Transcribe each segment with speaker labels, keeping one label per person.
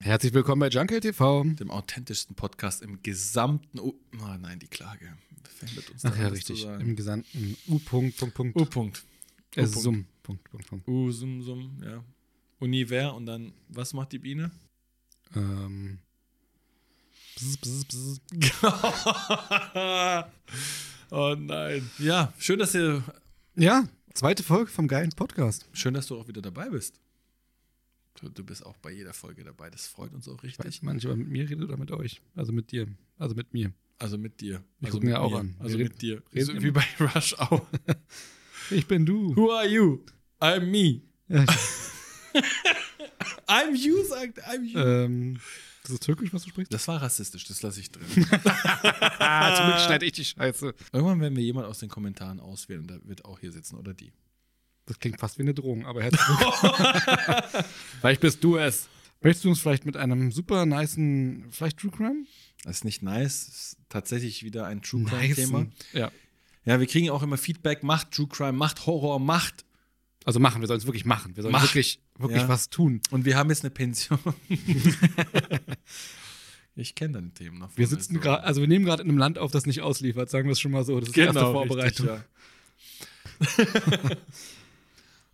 Speaker 1: Herzlich willkommen bei Junkel TV.
Speaker 2: Dem authentischsten Podcast im gesamten. U oh, nein, die Klage. Verhindert uns
Speaker 1: Ach ja,
Speaker 2: daran, das
Speaker 1: richtig.
Speaker 2: zu sagen.
Speaker 1: Im gesamten U. Punkt, Punkt, Punkt.
Speaker 2: U-Punkt.
Speaker 1: äh,
Speaker 2: U-Punkt.
Speaker 1: Summ. Punkt, Punkt, Punkt.
Speaker 2: U, sum, sum, ja. Univers und dann, was macht die Biene?
Speaker 1: Ähm. Bzz, bzz, bzz.
Speaker 2: oh nein. Ja, schön, dass ihr,
Speaker 1: Ja, zweite Folge vom geilen Podcast.
Speaker 2: schön, dass du auch wieder dabei bist. Du, du bist auch bei jeder Folge dabei. Das freut uns auch
Speaker 1: Ich weiß
Speaker 2: richtig.
Speaker 1: nicht, ob mit mir redet oder mit euch. Also mit dir. Also mit mir.
Speaker 2: Also mit dir.
Speaker 1: Wir
Speaker 2: also
Speaker 1: gucken
Speaker 2: mit
Speaker 1: ja auch
Speaker 2: mir.
Speaker 1: an. Wir
Speaker 2: Also
Speaker 1: reden-
Speaker 2: mit dir.
Speaker 1: reden
Speaker 2: So wie bei Rush Hour.
Speaker 1: Ich bin du.
Speaker 2: Who are you? I'm me.
Speaker 1: Ja,
Speaker 2: I'm you, sagt I'm you.
Speaker 1: ähm, ist das Türkisch, was du sprichst?
Speaker 2: Das war rassistisch, das lasse ich drin.
Speaker 1: Ah, zum Glück schneide ich die Scheiße.
Speaker 2: Irgendwann werden wir jemand aus den Kommentaren auswählen und da wird auch hier sitzen oder die.
Speaker 1: Das klingt fast wie eine Drohung, aber herzlich willkommen. vielleicht bist du es. Möchtest du uns vielleicht mit einem super nicen, vielleicht True Crime?
Speaker 2: Das ist nicht nice. Das ist tatsächlich wieder ein True Crime-Thema.
Speaker 1: Ja.
Speaker 2: Ja, wir kriegen auch immer Feedback, macht True Crime, macht Horror, macht.
Speaker 1: Also machen, wir sollen es wirklich machen. Wir sollen
Speaker 2: Machen.
Speaker 1: wirklich, wirklich
Speaker 2: Ja.
Speaker 1: was tun.
Speaker 2: Und wir haben jetzt eine Pension. ich kenne deine Themen noch.
Speaker 1: Wir sitzen gerade, also wir nehmen gerade in einem Land auf, das nicht ausliefert, sagen wir es schon mal so. Das ist
Speaker 2: genau,
Speaker 1: die erste Vorbereitung.
Speaker 2: Richtig, ja.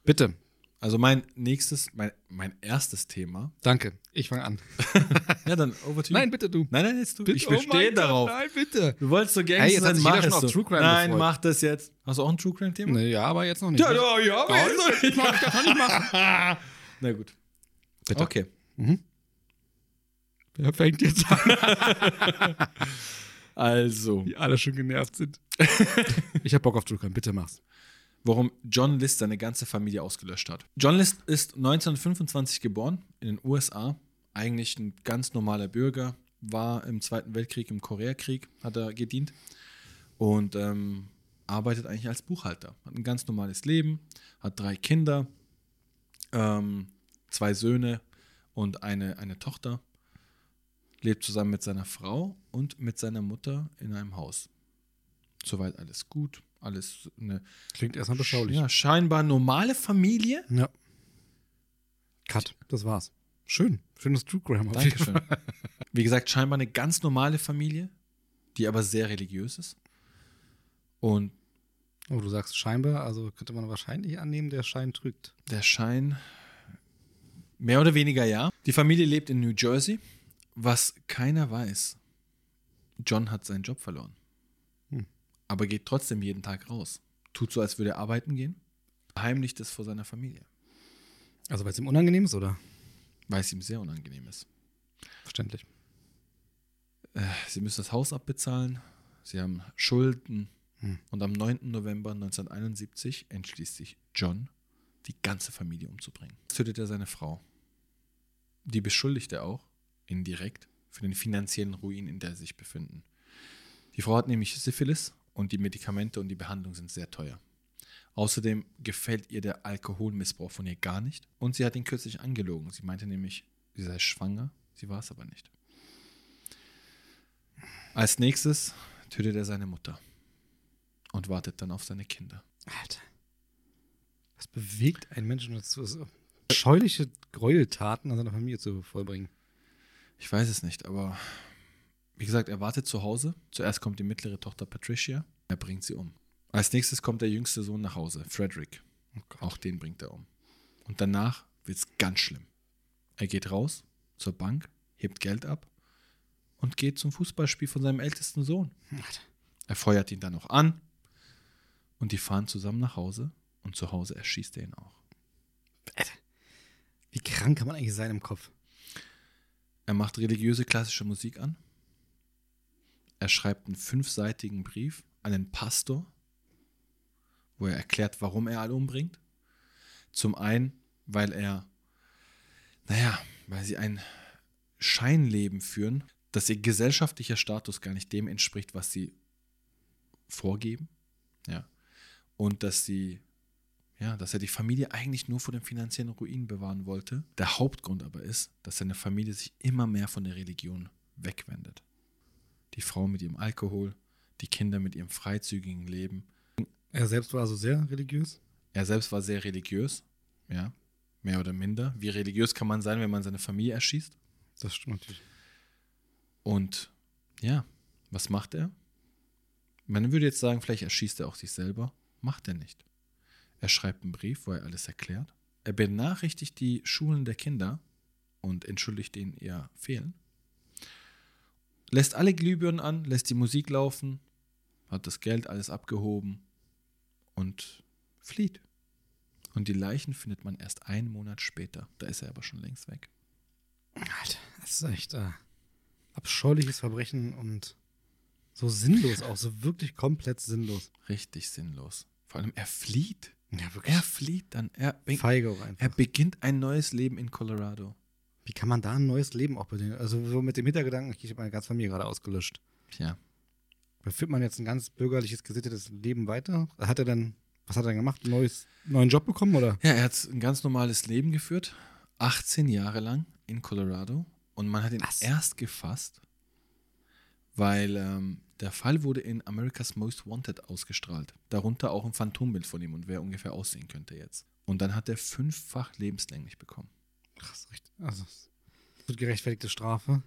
Speaker 1: Bitte,
Speaker 2: Also mein nächstes, mein, mein erstes Thema.
Speaker 1: danke. Ich fange an.
Speaker 2: Ja, dann over to you.
Speaker 1: Nein, bitte du.
Speaker 2: nein, nein, jetzt du.
Speaker 1: Bitte,
Speaker 2: ich
Speaker 1: oh mein
Speaker 2: bestehe
Speaker 1: Gott,
Speaker 2: darauf.
Speaker 1: Nein, bitte.
Speaker 2: Du wolltest so Gangster
Speaker 1: Hey, jetzt hat
Speaker 2: sein,
Speaker 1: sich jeder
Speaker 2: mach
Speaker 1: schon
Speaker 2: es
Speaker 1: auf
Speaker 2: so.
Speaker 1: True Crime
Speaker 2: Nein,
Speaker 1: gefreut.
Speaker 2: mach das jetzt. Hast du auch ein True Crime-Thema?
Speaker 1: Naja, aber jetzt noch nicht.
Speaker 2: Ja, ja, ja, aber jetzt noch nicht. Na gut.
Speaker 1: Bitte.
Speaker 2: Okay.
Speaker 1: Wer fängt jetzt an?
Speaker 2: Also,
Speaker 1: Die alle schon genervt sind. ich habe Bock auf True Crime, bitte mach's.
Speaker 2: warum John List seine ganze Familie ausgelöscht hat. John List ist 1925 geboren in den USA, eigentlich ein ganz normaler Bürger, war im Zweiten Weltkrieg, im Koreakrieg, hat er gedient und ähm, arbeitet eigentlich als Buchhalter. Hat ein ganz normales Leben, hat drei Kinder, ähm, zwei Söhne und eine, eine Tochter. Lebt zusammen mit seiner Frau und mit seiner Mutter in einem Haus. Soweit alles gut, alles eine
Speaker 1: Klingt erstmal beschaulich.
Speaker 2: ja, scheinbar normale Familie.
Speaker 1: Ja. Cut, das war's. Schön, schönes True Crime. auf jeden Fall.
Speaker 2: Dankeschön. Wie gesagt, scheinbar eine ganz normale Familie, die aber sehr religiös ist. Und
Speaker 1: Oh, du sagst scheinbar, also könnte man wahrscheinlich annehmen, der Schein trügt.
Speaker 2: der Schein, mehr oder weniger ja. Die Familie lebt in New Jersey. Was keiner weiß, John hat seinen Job verloren.
Speaker 1: Hm.
Speaker 2: Aber geht trotzdem jeden Tag raus. Tut so, als würde er arbeiten gehen. Heimlicht es vor seiner Familie.
Speaker 1: Also weil es ihm unangenehm ist, oder?
Speaker 2: Weil es ihm sehr unangenehm ist.
Speaker 1: Verständlich.
Speaker 2: Sie müssen das Haus abbezahlen, sie haben Schulden.
Speaker 1: Hm.
Speaker 2: Und am 9. November 1971 entschließt sich John, die ganze Familie umzubringen. Tötet er seine Frau. Die beschuldigt er auch, indirekt, für den finanziellen Ruin, in der sie sich befinden. Die Frau hat nämlich Syphilis und die Medikamente und die Behandlung sind sehr teuer. Außerdem gefällt ihr der Alkoholmissbrauch von ihr gar nicht und sie hat ihn kürzlich angelogen. Sie meinte nämlich, sie sei schwanger, sie war es aber nicht. Als nächstes tötet er seine Mutter und wartet dann auf seine Kinder.
Speaker 1: Alter. Was bewegt einen Menschen dazu, so scheuliche Gräueltaten an seiner Familie zu vollbringen?
Speaker 2: Ich weiß es nicht, aber wie gesagt, er wartet zu Hause. Zuerst kommt die mittlere Tochter Patricia, er bringt sie um. Als nächstes kommt der jüngste Sohn nach Hause, Frederick. Auch den bringt er um. Und danach wird es ganz schlimm. Er geht raus zur Bank, hebt Geld ab und geht zum Fußballspiel von seinem ältesten Sohn.
Speaker 1: Hm, Alter.
Speaker 2: Er feuert ihn dann noch an und die fahren zusammen nach Hause und zu Hause erschießt er ihn auch.
Speaker 1: Wie krank kann man eigentlich sein im Kopf?
Speaker 2: Er macht religiöse klassische Musik an. Er schreibt einen fünfseitigen Brief an den Pastor, wo er erklärt, warum er alle umbringt. Zum einen, weil er, naja, weil sie ein Scheinleben führen, dass ihr gesellschaftlicher Status gar nicht dem entspricht, was sie vorgeben. Ja. Und dass sie, ja, dass er die Familie eigentlich nur vor dem finanziellen Ruin bewahren wollte. Der Hauptgrund aber ist, dass seine Familie sich immer mehr von der Religion wegwendet. Die Frau mit ihrem Alkohol, die Kinder mit ihrem freizügigen Leben.
Speaker 1: Er selbst war also sehr religiös.
Speaker 2: Er selbst war sehr religiös, ja, mehr oder minder. Wie religiös kann man sein, wenn man seine Familie erschießt?
Speaker 1: Das stimmt natürlich.
Speaker 2: Und ja, was macht er? Man würde jetzt sagen, vielleicht erschießt er auch sich selber. Macht er nicht. Er schreibt einen Brief, wo er alles erklärt. Er benachrichtigt die Schulen der Kinder und entschuldigt ihnen ihr Fehlen. Lässt alle Glühbirnen an, lässt die Musik laufen, hat das Geld alles abgehoben und flieht. Und die Leichen findet man erst einen Monat später. Da ist er aber schon längst weg.
Speaker 1: Alter, das ist echt äh, abscheuliches Verbrechen und so sinnlos auch, so wirklich komplett sinnlos.
Speaker 2: Richtig sinnlos. Vor allem, er flieht.
Speaker 1: Ja, wirklich.
Speaker 2: Er flieht dann. Er, be
Speaker 1: Feige auch einfach.
Speaker 2: er beginnt ein neues Leben in Colorado.
Speaker 1: Wie kann man da ein neues Leben auch bedenken? Also so mit dem Hintergedanken, ich habe meine ganze Familie gerade ausgelöscht.
Speaker 2: Tja,
Speaker 1: Führt man jetzt ein ganz bürgerliches, gesittetes Leben weiter? Hat er dann, was hat er dann gemacht? Ein neues, neuen Job bekommen oder?
Speaker 2: Ja, er hat ein ganz normales Leben geführt, 18 Jahre lang in Colorado. Und man hat ihn
Speaker 1: Was?
Speaker 2: erst gefasst, weil ähm, der Fall wurde in America's Most Wanted ausgestrahlt. Darunter auch ein Phantombild von ihm und wer ungefähr aussehen könnte jetzt. Und dann hat er fünffach lebenslänglich bekommen.
Speaker 1: Krass, richtig. Also, es wird gerechtfertigte Strafe.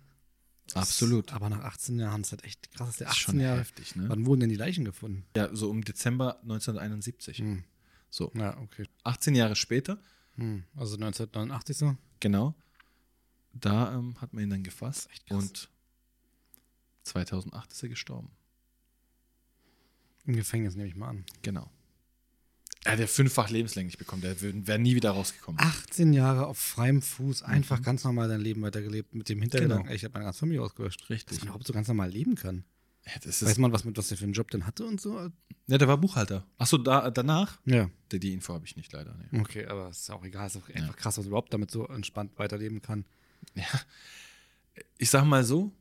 Speaker 1: Das-
Speaker 2: Absolut.
Speaker 1: Aber nach 18 Jahren ist halt echt krass, dass der
Speaker 2: Das ist schon
Speaker 1: 18 Jahre.
Speaker 2: heftig, ne?
Speaker 1: Wann wurden denn die Leichen gefunden?
Speaker 2: Ja, so im Dezember 1971.
Speaker 1: Hm.
Speaker 2: So,
Speaker 1: Ja, okay.
Speaker 2: 18 Jahre später,
Speaker 1: Hm. Also 1989 so.
Speaker 2: genau, da ähm, hat man ihn dann gefasst.
Speaker 1: echt krass.
Speaker 2: Und 2008 ist er gestorben.
Speaker 1: Im Gefängnis nehme ich mal an.
Speaker 2: Genau. Er hat ja fünffach lebenslänglich bekommen. Der wür- wäre nie wieder rausgekommen.
Speaker 1: Ah. 18 Jahre auf freiem Fuß, einfach ganz normal dein Leben weitergelebt, mit dem Hintergedanken,
Speaker 2: Genau.
Speaker 1: ey, ich habe meine ganze Familie ausgelöscht. Dass
Speaker 2: Richtig.
Speaker 1: man überhaupt so ganz normal leben kann.
Speaker 2: Ja, das
Speaker 1: Weiß
Speaker 2: ist,
Speaker 1: man, was, mit, was der für einen Job denn hatte und so?
Speaker 2: ja, der war Buchhalter. Achso, da, danach?
Speaker 1: Ja.
Speaker 2: Die, die Info habe ich nicht leider. Nee.
Speaker 1: Okay, aber ist auch egal. Ist auch einfach krass, dass man überhaupt damit so entspannt weiterleben kann.
Speaker 2: Ich sag mal so: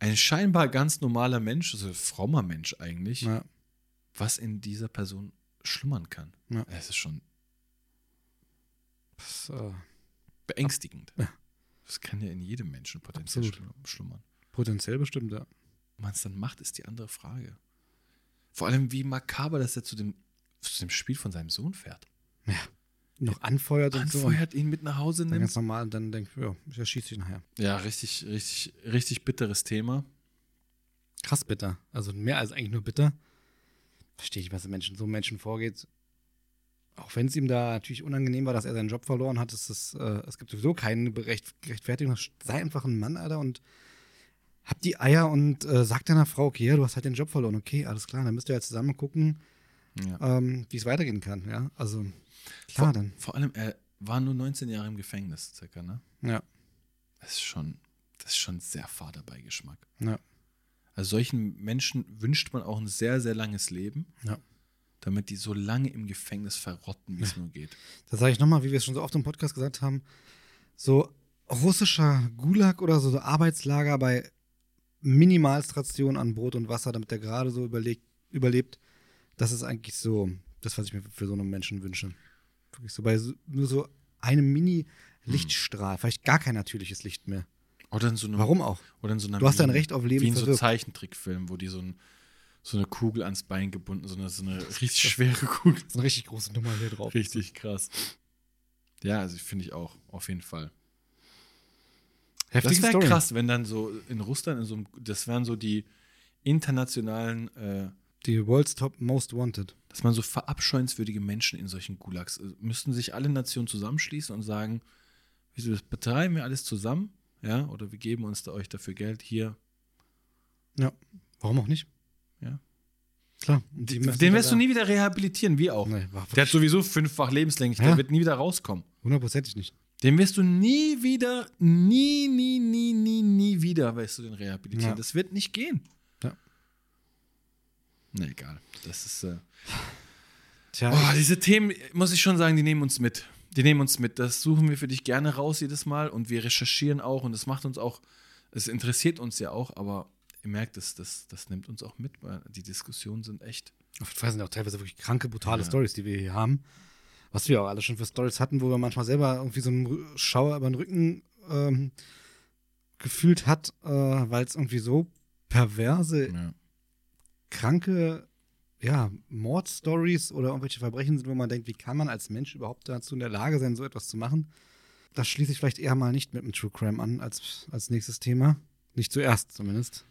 Speaker 2: Ein scheinbar ganz normaler Mensch, also frommer Mensch eigentlich,
Speaker 1: Ja.
Speaker 2: was in dieser Person schlummern kann.
Speaker 1: Ja.
Speaker 2: Es ist schon
Speaker 1: Das, äh,
Speaker 2: beängstigend.
Speaker 1: Ja.
Speaker 2: Das kann ja in jedem Menschen potenziell
Speaker 1: Absolut.
Speaker 2: schlum- schlummern.
Speaker 1: potenziell bestimmt, ja.
Speaker 2: Ob man es dann macht, ist die andere Frage. Vor allem, wie makaber, dass er zu dem, zu dem Spiel von seinem Sohn fährt.
Speaker 1: Noch anfeuert und so.
Speaker 2: Anfeuert, ihn mit nach Hause
Speaker 1: Dann
Speaker 2: nimmt.
Speaker 1: ganz normal und dann denkt, ja, ich erschieße dich nachher.
Speaker 2: Ja, richtig, richtig, richtig bitteres Thema.
Speaker 1: Krass bitter. Also mehr als eigentlich nur bitter. Verstehe ich, was den Menschen, so einem Menschen vorgeht. Auch wenn es ihm da natürlich unangenehm war, dass er seinen Job verloren hat, ist es, äh, es gibt sowieso keine Berecht, Rechtfertigung. Sei einfach ein Mann, Alter, und hab die Eier und äh, sag deiner Frau, okay, ja, du hast halt den Job verloren. Okay, alles klar, dann müsst ihr ja zusammen gucken,
Speaker 2: Ja.
Speaker 1: ähm, wie es weitergehen kann, ja. Also, klar dann.
Speaker 2: Vor allem, er war nur 19 Jahre im Gefängnis, circa, ne?
Speaker 1: Ja,
Speaker 2: Das ist schon, das ist schon sehr fader Beigeschmack.
Speaker 1: ja.
Speaker 2: Also solchen Menschen wünscht man auch ein sehr, sehr langes Leben,
Speaker 1: Ja.
Speaker 2: damit die so lange im Gefängnis verrotten, wie es nur geht.
Speaker 1: Da sage ich nochmal, wie wir es schon so oft im Podcast gesagt haben, so russischer Gulag oder so, so Arbeitslager bei Minimalstation an Brot und Wasser, damit der gerade so überlegt, überlebt. Das ist eigentlich so das, was ich mir für so einen Menschen wünsche. Wirklich so bei so, nur so einem Mini-Lichtstrahl, vielleicht gar kein natürliches Licht mehr.
Speaker 2: Oder in so einem,
Speaker 1: Warum auch?
Speaker 2: Oder in so einer
Speaker 1: Du hast dein
Speaker 2: Mine.
Speaker 1: Recht auf Leben
Speaker 2: Wie in so
Speaker 1: verwirkt.
Speaker 2: Zeichentrickfilmen, wo die so, ein, so eine Kugel ans Bein gebunden, so eine, so eine richtig schwere Kugel.
Speaker 1: Das ist eine richtig große Nummer hier drauf.
Speaker 2: Richtig krass. Ja, also finde ich auch, auf jeden Fall.
Speaker 1: Heftige
Speaker 2: das wäre
Speaker 1: Story.
Speaker 2: krass, wenn dann so in Russland, in so einem, das wären so die internationalen, äh,
Speaker 1: Die World's Top Most Wanted.
Speaker 2: dass man so verabscheuenswürdige Menschen in solchen Gulags, äh, müssten sich alle Nationen zusammenschließen und sagen, wieso, das betreiben wir alles zusammen, ja, oder wir geben uns da euch dafür Geld hier.
Speaker 1: Ja. Warum auch nicht?
Speaker 2: Ja.
Speaker 1: Klar.
Speaker 2: Den wirst du nie wieder rehabilitieren, wir auch.
Speaker 1: Nee, war
Speaker 2: Der hat sowieso fünffach lebenslänglich,
Speaker 1: Ja.
Speaker 2: der wird nie wieder rauskommen.
Speaker 1: Hundertprozentig nicht.
Speaker 2: Den wirst du nie wieder, nie, nie, nie, nie, nie wieder, wirst du den rehabilitieren.
Speaker 1: Ja.
Speaker 2: Das wird nicht gehen.
Speaker 1: Ja.
Speaker 2: Na egal. Das ist. Äh,
Speaker 1: Tja,
Speaker 2: oh, diese Themen, muss ich schon sagen, die nehmen uns mit. Die nehmen uns mit. Das suchen wir für dich gerne raus jedes Mal und wir recherchieren auch und das macht uns auch, es interessiert uns ja auch, aber ihr merkt, das, das, das nimmt uns auch mit. weil Die Diskussionen sind echt.
Speaker 1: ich weiß nicht, auch teilweise wirklich kranke, brutale
Speaker 2: Ja.
Speaker 1: Stories, die wir hier haben. Was wir auch alle schon für Stories hatten, wo wir manchmal selber irgendwie so einen Rü- Schauer über den Rücken ähm, gefühlt hat, äh, weil es irgendwie so perverse,
Speaker 2: Ja.
Speaker 1: kranke, ja, Mordstories oder irgendwelche Verbrechen sind, wo man denkt, wie kann man als Mensch überhaupt dazu in der Lage sein, so etwas zu machen? Das schließe ich vielleicht eher mal nicht mit dem True Crime an als, als nächstes Thema. Nicht zuerst zumindest.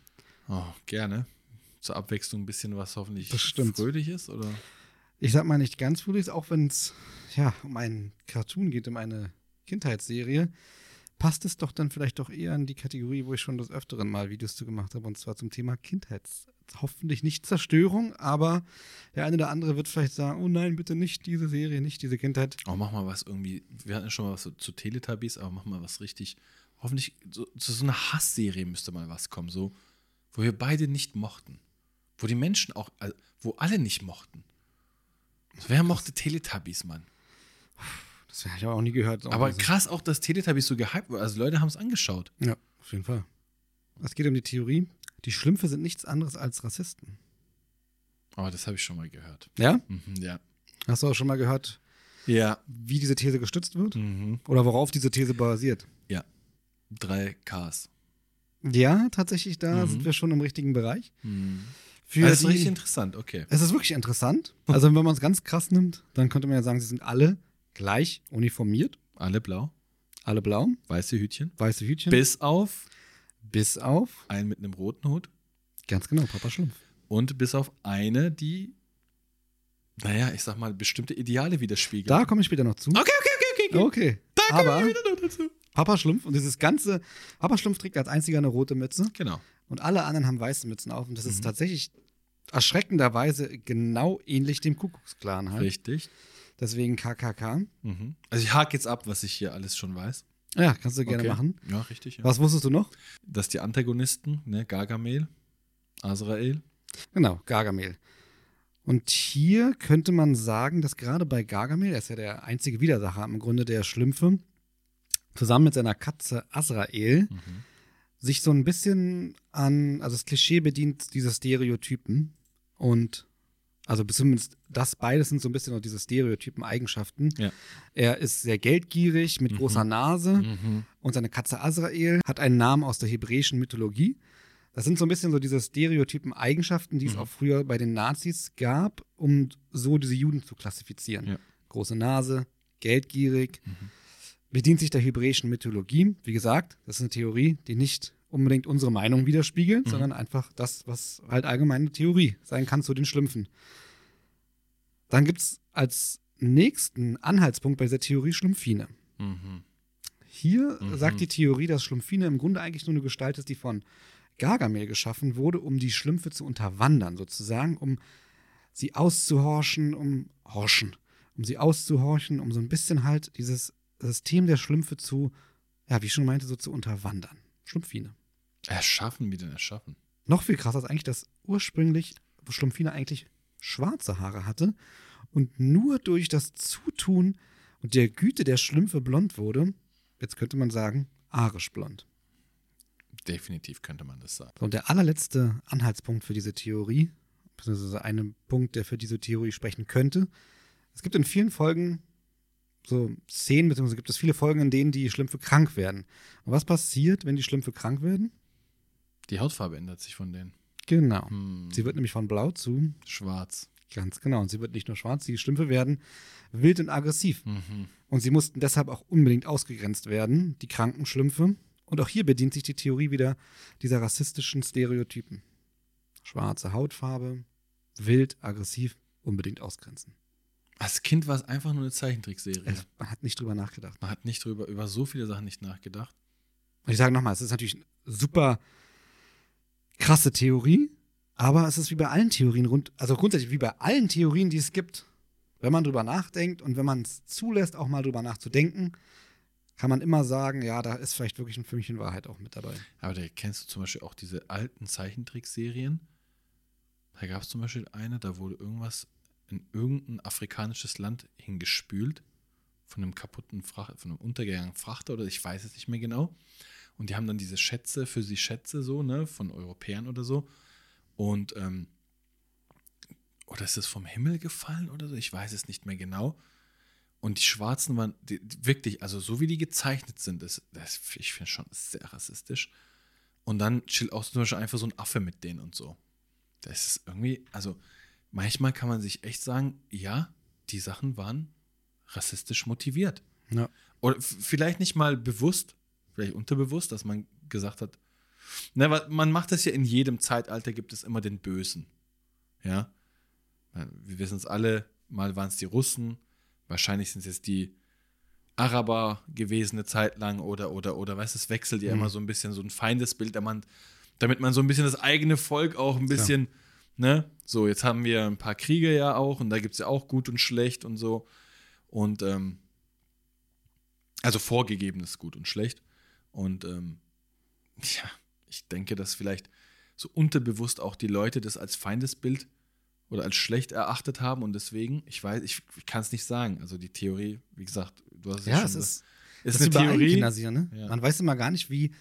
Speaker 2: Oh, gerne. Zur Abwechslung ein bisschen was hoffentlich
Speaker 1: Das stimmt.
Speaker 2: fröhlich ist, oder?
Speaker 1: Ich sag mal nicht ganz fröhlich, auch wenn es ja, um einen Cartoon geht, um eine Kindheitsserie, passt es doch dann vielleicht doch eher in die Kategorie, wo ich schon des Öfteren mal Videos zu gemacht habe, und zwar zum Thema Kindheits. Hoffentlich nicht Zerstörung, aber der eine oder andere wird vielleicht sagen: Oh nein, bitte nicht diese Serie, nicht diese Kindheit.
Speaker 2: Oh, mach mal was irgendwie. Wir hatten ja schon mal was so zu Teletubbies, aber mach mal was richtig. Hoffentlich, so, zu so einer Hassserie müsste mal was kommen, so, wo wir beide nicht mochten. Wo die Menschen auch, äh, wo alle nicht mochten. Wer mochte Teletubbies, Mann?
Speaker 1: Das habe ich aber auch nie gehört.
Speaker 2: Aber
Speaker 1: Also,
Speaker 2: krass auch, dass Teletubbies so gehypt wurde. Also Leute haben es angeschaut.
Speaker 1: Ja, auf jeden Fall. Es geht um die Theorie, die Schlümpfe sind nichts anderes als Rassisten.
Speaker 2: Aber das habe ich schon mal gehört.
Speaker 1: Ja?
Speaker 2: Mhm, ja.
Speaker 1: Hast du auch schon mal gehört,
Speaker 2: Ja.
Speaker 1: wie diese These gestützt wird?
Speaker 2: Mhm.
Speaker 1: Oder worauf diese These basiert?
Speaker 2: Ja. Drei Ks.
Speaker 1: Ja, tatsächlich, da
Speaker 2: Mhm.
Speaker 1: sind wir schon im richtigen Bereich.
Speaker 2: Mhm.
Speaker 1: Für
Speaker 2: das ist
Speaker 1: die-
Speaker 2: richtig interessant, okay.
Speaker 1: es ist wirklich interessant. Also, wenn man es ganz krass nimmt, dann könnte man ja sagen, sie sind alle gleich uniformiert,
Speaker 2: Alle blau,
Speaker 1: alle blau,
Speaker 2: weiße Hütchen.
Speaker 1: weiße Hütchen,
Speaker 2: Bis auf
Speaker 1: bis auf,
Speaker 2: einen mit einem roten Hut
Speaker 1: ganz genau, Papa Schlumpf.
Speaker 2: und bis auf eine, die, naja, ich sag mal, bestimmte Ideale widerspiegelt.
Speaker 1: Da komme ich später noch zu.
Speaker 2: okay, okay, okay, okay. okay.
Speaker 1: Okay.
Speaker 2: Da kommen
Speaker 1: Aber
Speaker 2: wir wieder noch dazu.
Speaker 1: Papa Schlumpf und dieses ganze, Papa Schlumpf trägt als einziger eine rote Mütze
Speaker 2: Genau.
Speaker 1: und alle anderen haben weiße Mützen auf. Und das ist
Speaker 2: Mhm.
Speaker 1: tatsächlich erschreckenderweise genau ähnlich dem Kuckucksklan halt.
Speaker 2: Richtig.
Speaker 1: Deswegen KKK.
Speaker 2: Mhm. Also ich hake jetzt ab, was ich hier alles schon weiß.
Speaker 1: Ja, kannst du gerne
Speaker 2: Okay.
Speaker 1: machen.
Speaker 2: Ja, richtig. Ja.
Speaker 1: Was wusstest du noch?
Speaker 2: Dass die Antagonisten, ne, Gargamel, Azrael,
Speaker 1: Genau, Gargamel. Und hier könnte man sagen, dass gerade bei Gargamel, er ist ja der einzige Widersacher im Grunde der Schlümpfe, zusammen mit seiner Katze Azrael,
Speaker 2: mhm.
Speaker 1: sich so ein bisschen an, also das Klischee bedient dieser Stereotypen. Und, also zumindest das beides sind so ein bisschen auch diese Stereotypen-Eigenschaften.
Speaker 2: Ja.
Speaker 1: Er ist sehr geldgierig, mit
Speaker 2: Mhm.
Speaker 1: großer Nase.
Speaker 2: Mhm.
Speaker 1: Und seine Katze Azrael hat einen Namen aus der hebräischen Mythologie. Das sind so ein bisschen so diese stereotypen Eigenschaften, die es
Speaker 2: Mhm.
Speaker 1: auch früher bei den Nazis gab, um so diese Juden zu klassifizieren.
Speaker 2: Ja.
Speaker 1: Große Nase, geldgierig,
Speaker 2: Mhm.
Speaker 1: bedient sich der hebräischen Mythologie. Wie gesagt, das ist eine Theorie, die nicht unbedingt unsere Meinung widerspiegelt,
Speaker 2: Mhm.
Speaker 1: sondern einfach das, was halt allgemeine Theorie sein kann zu den Schlümpfen. Dann gibt es als nächsten Anhaltspunkt bei dieser Theorie Schlumpfine.
Speaker 2: Mhm.
Speaker 1: Hier
Speaker 2: Mhm.
Speaker 1: sagt die Theorie, dass Schlumpfine im Grunde eigentlich nur eine Gestalt ist, die von Gargamel geschaffen wurde, um die Schlümpfe zu unterwandern, sozusagen, um sie auszuhorchen, um horchen, um sie auszuhorchen, um so ein bisschen halt dieses System der Schlümpfe zu, ja, wie ich schon meinte, so zu unterwandern. Schlumpfine.
Speaker 2: Erschaffen, wie denn erschaffen?
Speaker 1: Noch viel krasser ist eigentlich, dass ursprünglich Schlumpfine eigentlich schwarze Haare hatte und nur durch das Zutun und der Güte der Schlümpfe blond wurde. Jetzt könnte man sagen, arisch blond.
Speaker 2: Definitiv könnte man das sagen.
Speaker 1: So, und der allerletzte Anhaltspunkt für diese Theorie, beziehungsweise ein Punkt, der für diese Theorie sprechen könnte. Es gibt in vielen Folgen so Szenen, beziehungsweise gibt es viele Folgen, in denen die Schlümpfe krank werden. Und was passiert, wenn die Schlümpfe krank werden?
Speaker 2: Die Hautfarbe ändert sich von denen.
Speaker 1: Genau.
Speaker 2: Hm.
Speaker 1: Sie wird nämlich von blau zu
Speaker 2: schwarz.
Speaker 1: Ganz genau. Und sie wird nicht nur schwarz, die Schlümpfe werden wild und aggressiv.
Speaker 2: Mhm.
Speaker 1: Und sie mussten deshalb auch unbedingt ausgegrenzt werden, die kranken Schlümpfe. Und auch hier bedient sich die Theorie wieder dieser rassistischen Stereotypen. Schwarze Hautfarbe, wild, aggressiv, unbedingt ausgrenzen.
Speaker 2: Als Kind war es einfach nur eine Zeichentrickserie.
Speaker 1: Es, man hat nicht drüber nachgedacht.
Speaker 2: Man hat nicht drüber, über so viele Sachen nicht nachgedacht.
Speaker 1: Und ich sage nochmal, es ist natürlich eine super krasse Theorie, aber es ist wie bei allen Theorien rund, also grundsätzlich wie bei allen Theorien, die es gibt, wenn man drüber nachdenkt und wenn man es zulässt, auch mal drüber nachzudenken, kann man immer sagen, ja, da ist vielleicht wirklich ein Fünkchen Wahrheit auch mit dabei.
Speaker 2: Aber da kennst du zum Beispiel auch diese alten Zeichentrickserien. Da gab es zum Beispiel eine, da wurde irgendwas in irgendein afrikanisches Land hingespült. Von einem kaputten Frachter, von einem untergegangenen Frachter oder ich weiß es nicht mehr genau. Und die haben dann diese Schätze für sie Schätze so, ne, von Europäern oder so. Und, ähm, oder ist es vom Himmel gefallen oder so? Ich weiß es nicht mehr genau. Und die Schwarzen waren die, die- wirklich, also so wie die gezeichnet sind, ist, das, ich finde schon sehr rassistisch. Und dann chillt auch zum Beispiel einfach so ein Affe mit denen und so. Das ist irgendwie, also manchmal kann man sich echt sagen, ja, die Sachen waren rassistisch motiviert.
Speaker 1: Ja.
Speaker 2: Oder f- vielleicht nicht mal bewusst, vielleicht unterbewusst, dass man gesagt hat, na, wa- man macht das ja in jedem Zeitalter, gibt es immer den Bösen. Ja. Man- Wir wissen es alle, mal waren es die Russen, wahrscheinlich sind es jetzt die Araber gewesen eine Zeit lang oder, oder, oder, weißt du, es wechselt ja
Speaker 1: Mhm.
Speaker 2: immer so ein bisschen so ein Feindesbild, damit man, damit man so ein bisschen das eigene Volk auch ein
Speaker 1: Klar.
Speaker 2: bisschen, ne? So, jetzt haben wir ein paar Kriege ja auch und da gibt es ja auch gut und schlecht und so. Und ähm, also vorgegebenes Gut und Schlecht. Und ähm, ja, ich denke, dass vielleicht so unterbewusst auch die Leute das als Feindesbild oder als schlecht erachtet haben und deswegen, ich weiß, ich, ich kann es nicht sagen. Also die Theorie, wie gesagt, du hast es
Speaker 1: Ja,
Speaker 2: schon
Speaker 1: es
Speaker 2: gesagt.
Speaker 1: ist,
Speaker 2: ist
Speaker 1: das
Speaker 2: eine Theorie.
Speaker 1: übereinkindert sich ja, ne?
Speaker 2: Ja.
Speaker 1: Man weiß immer gar nicht, wie.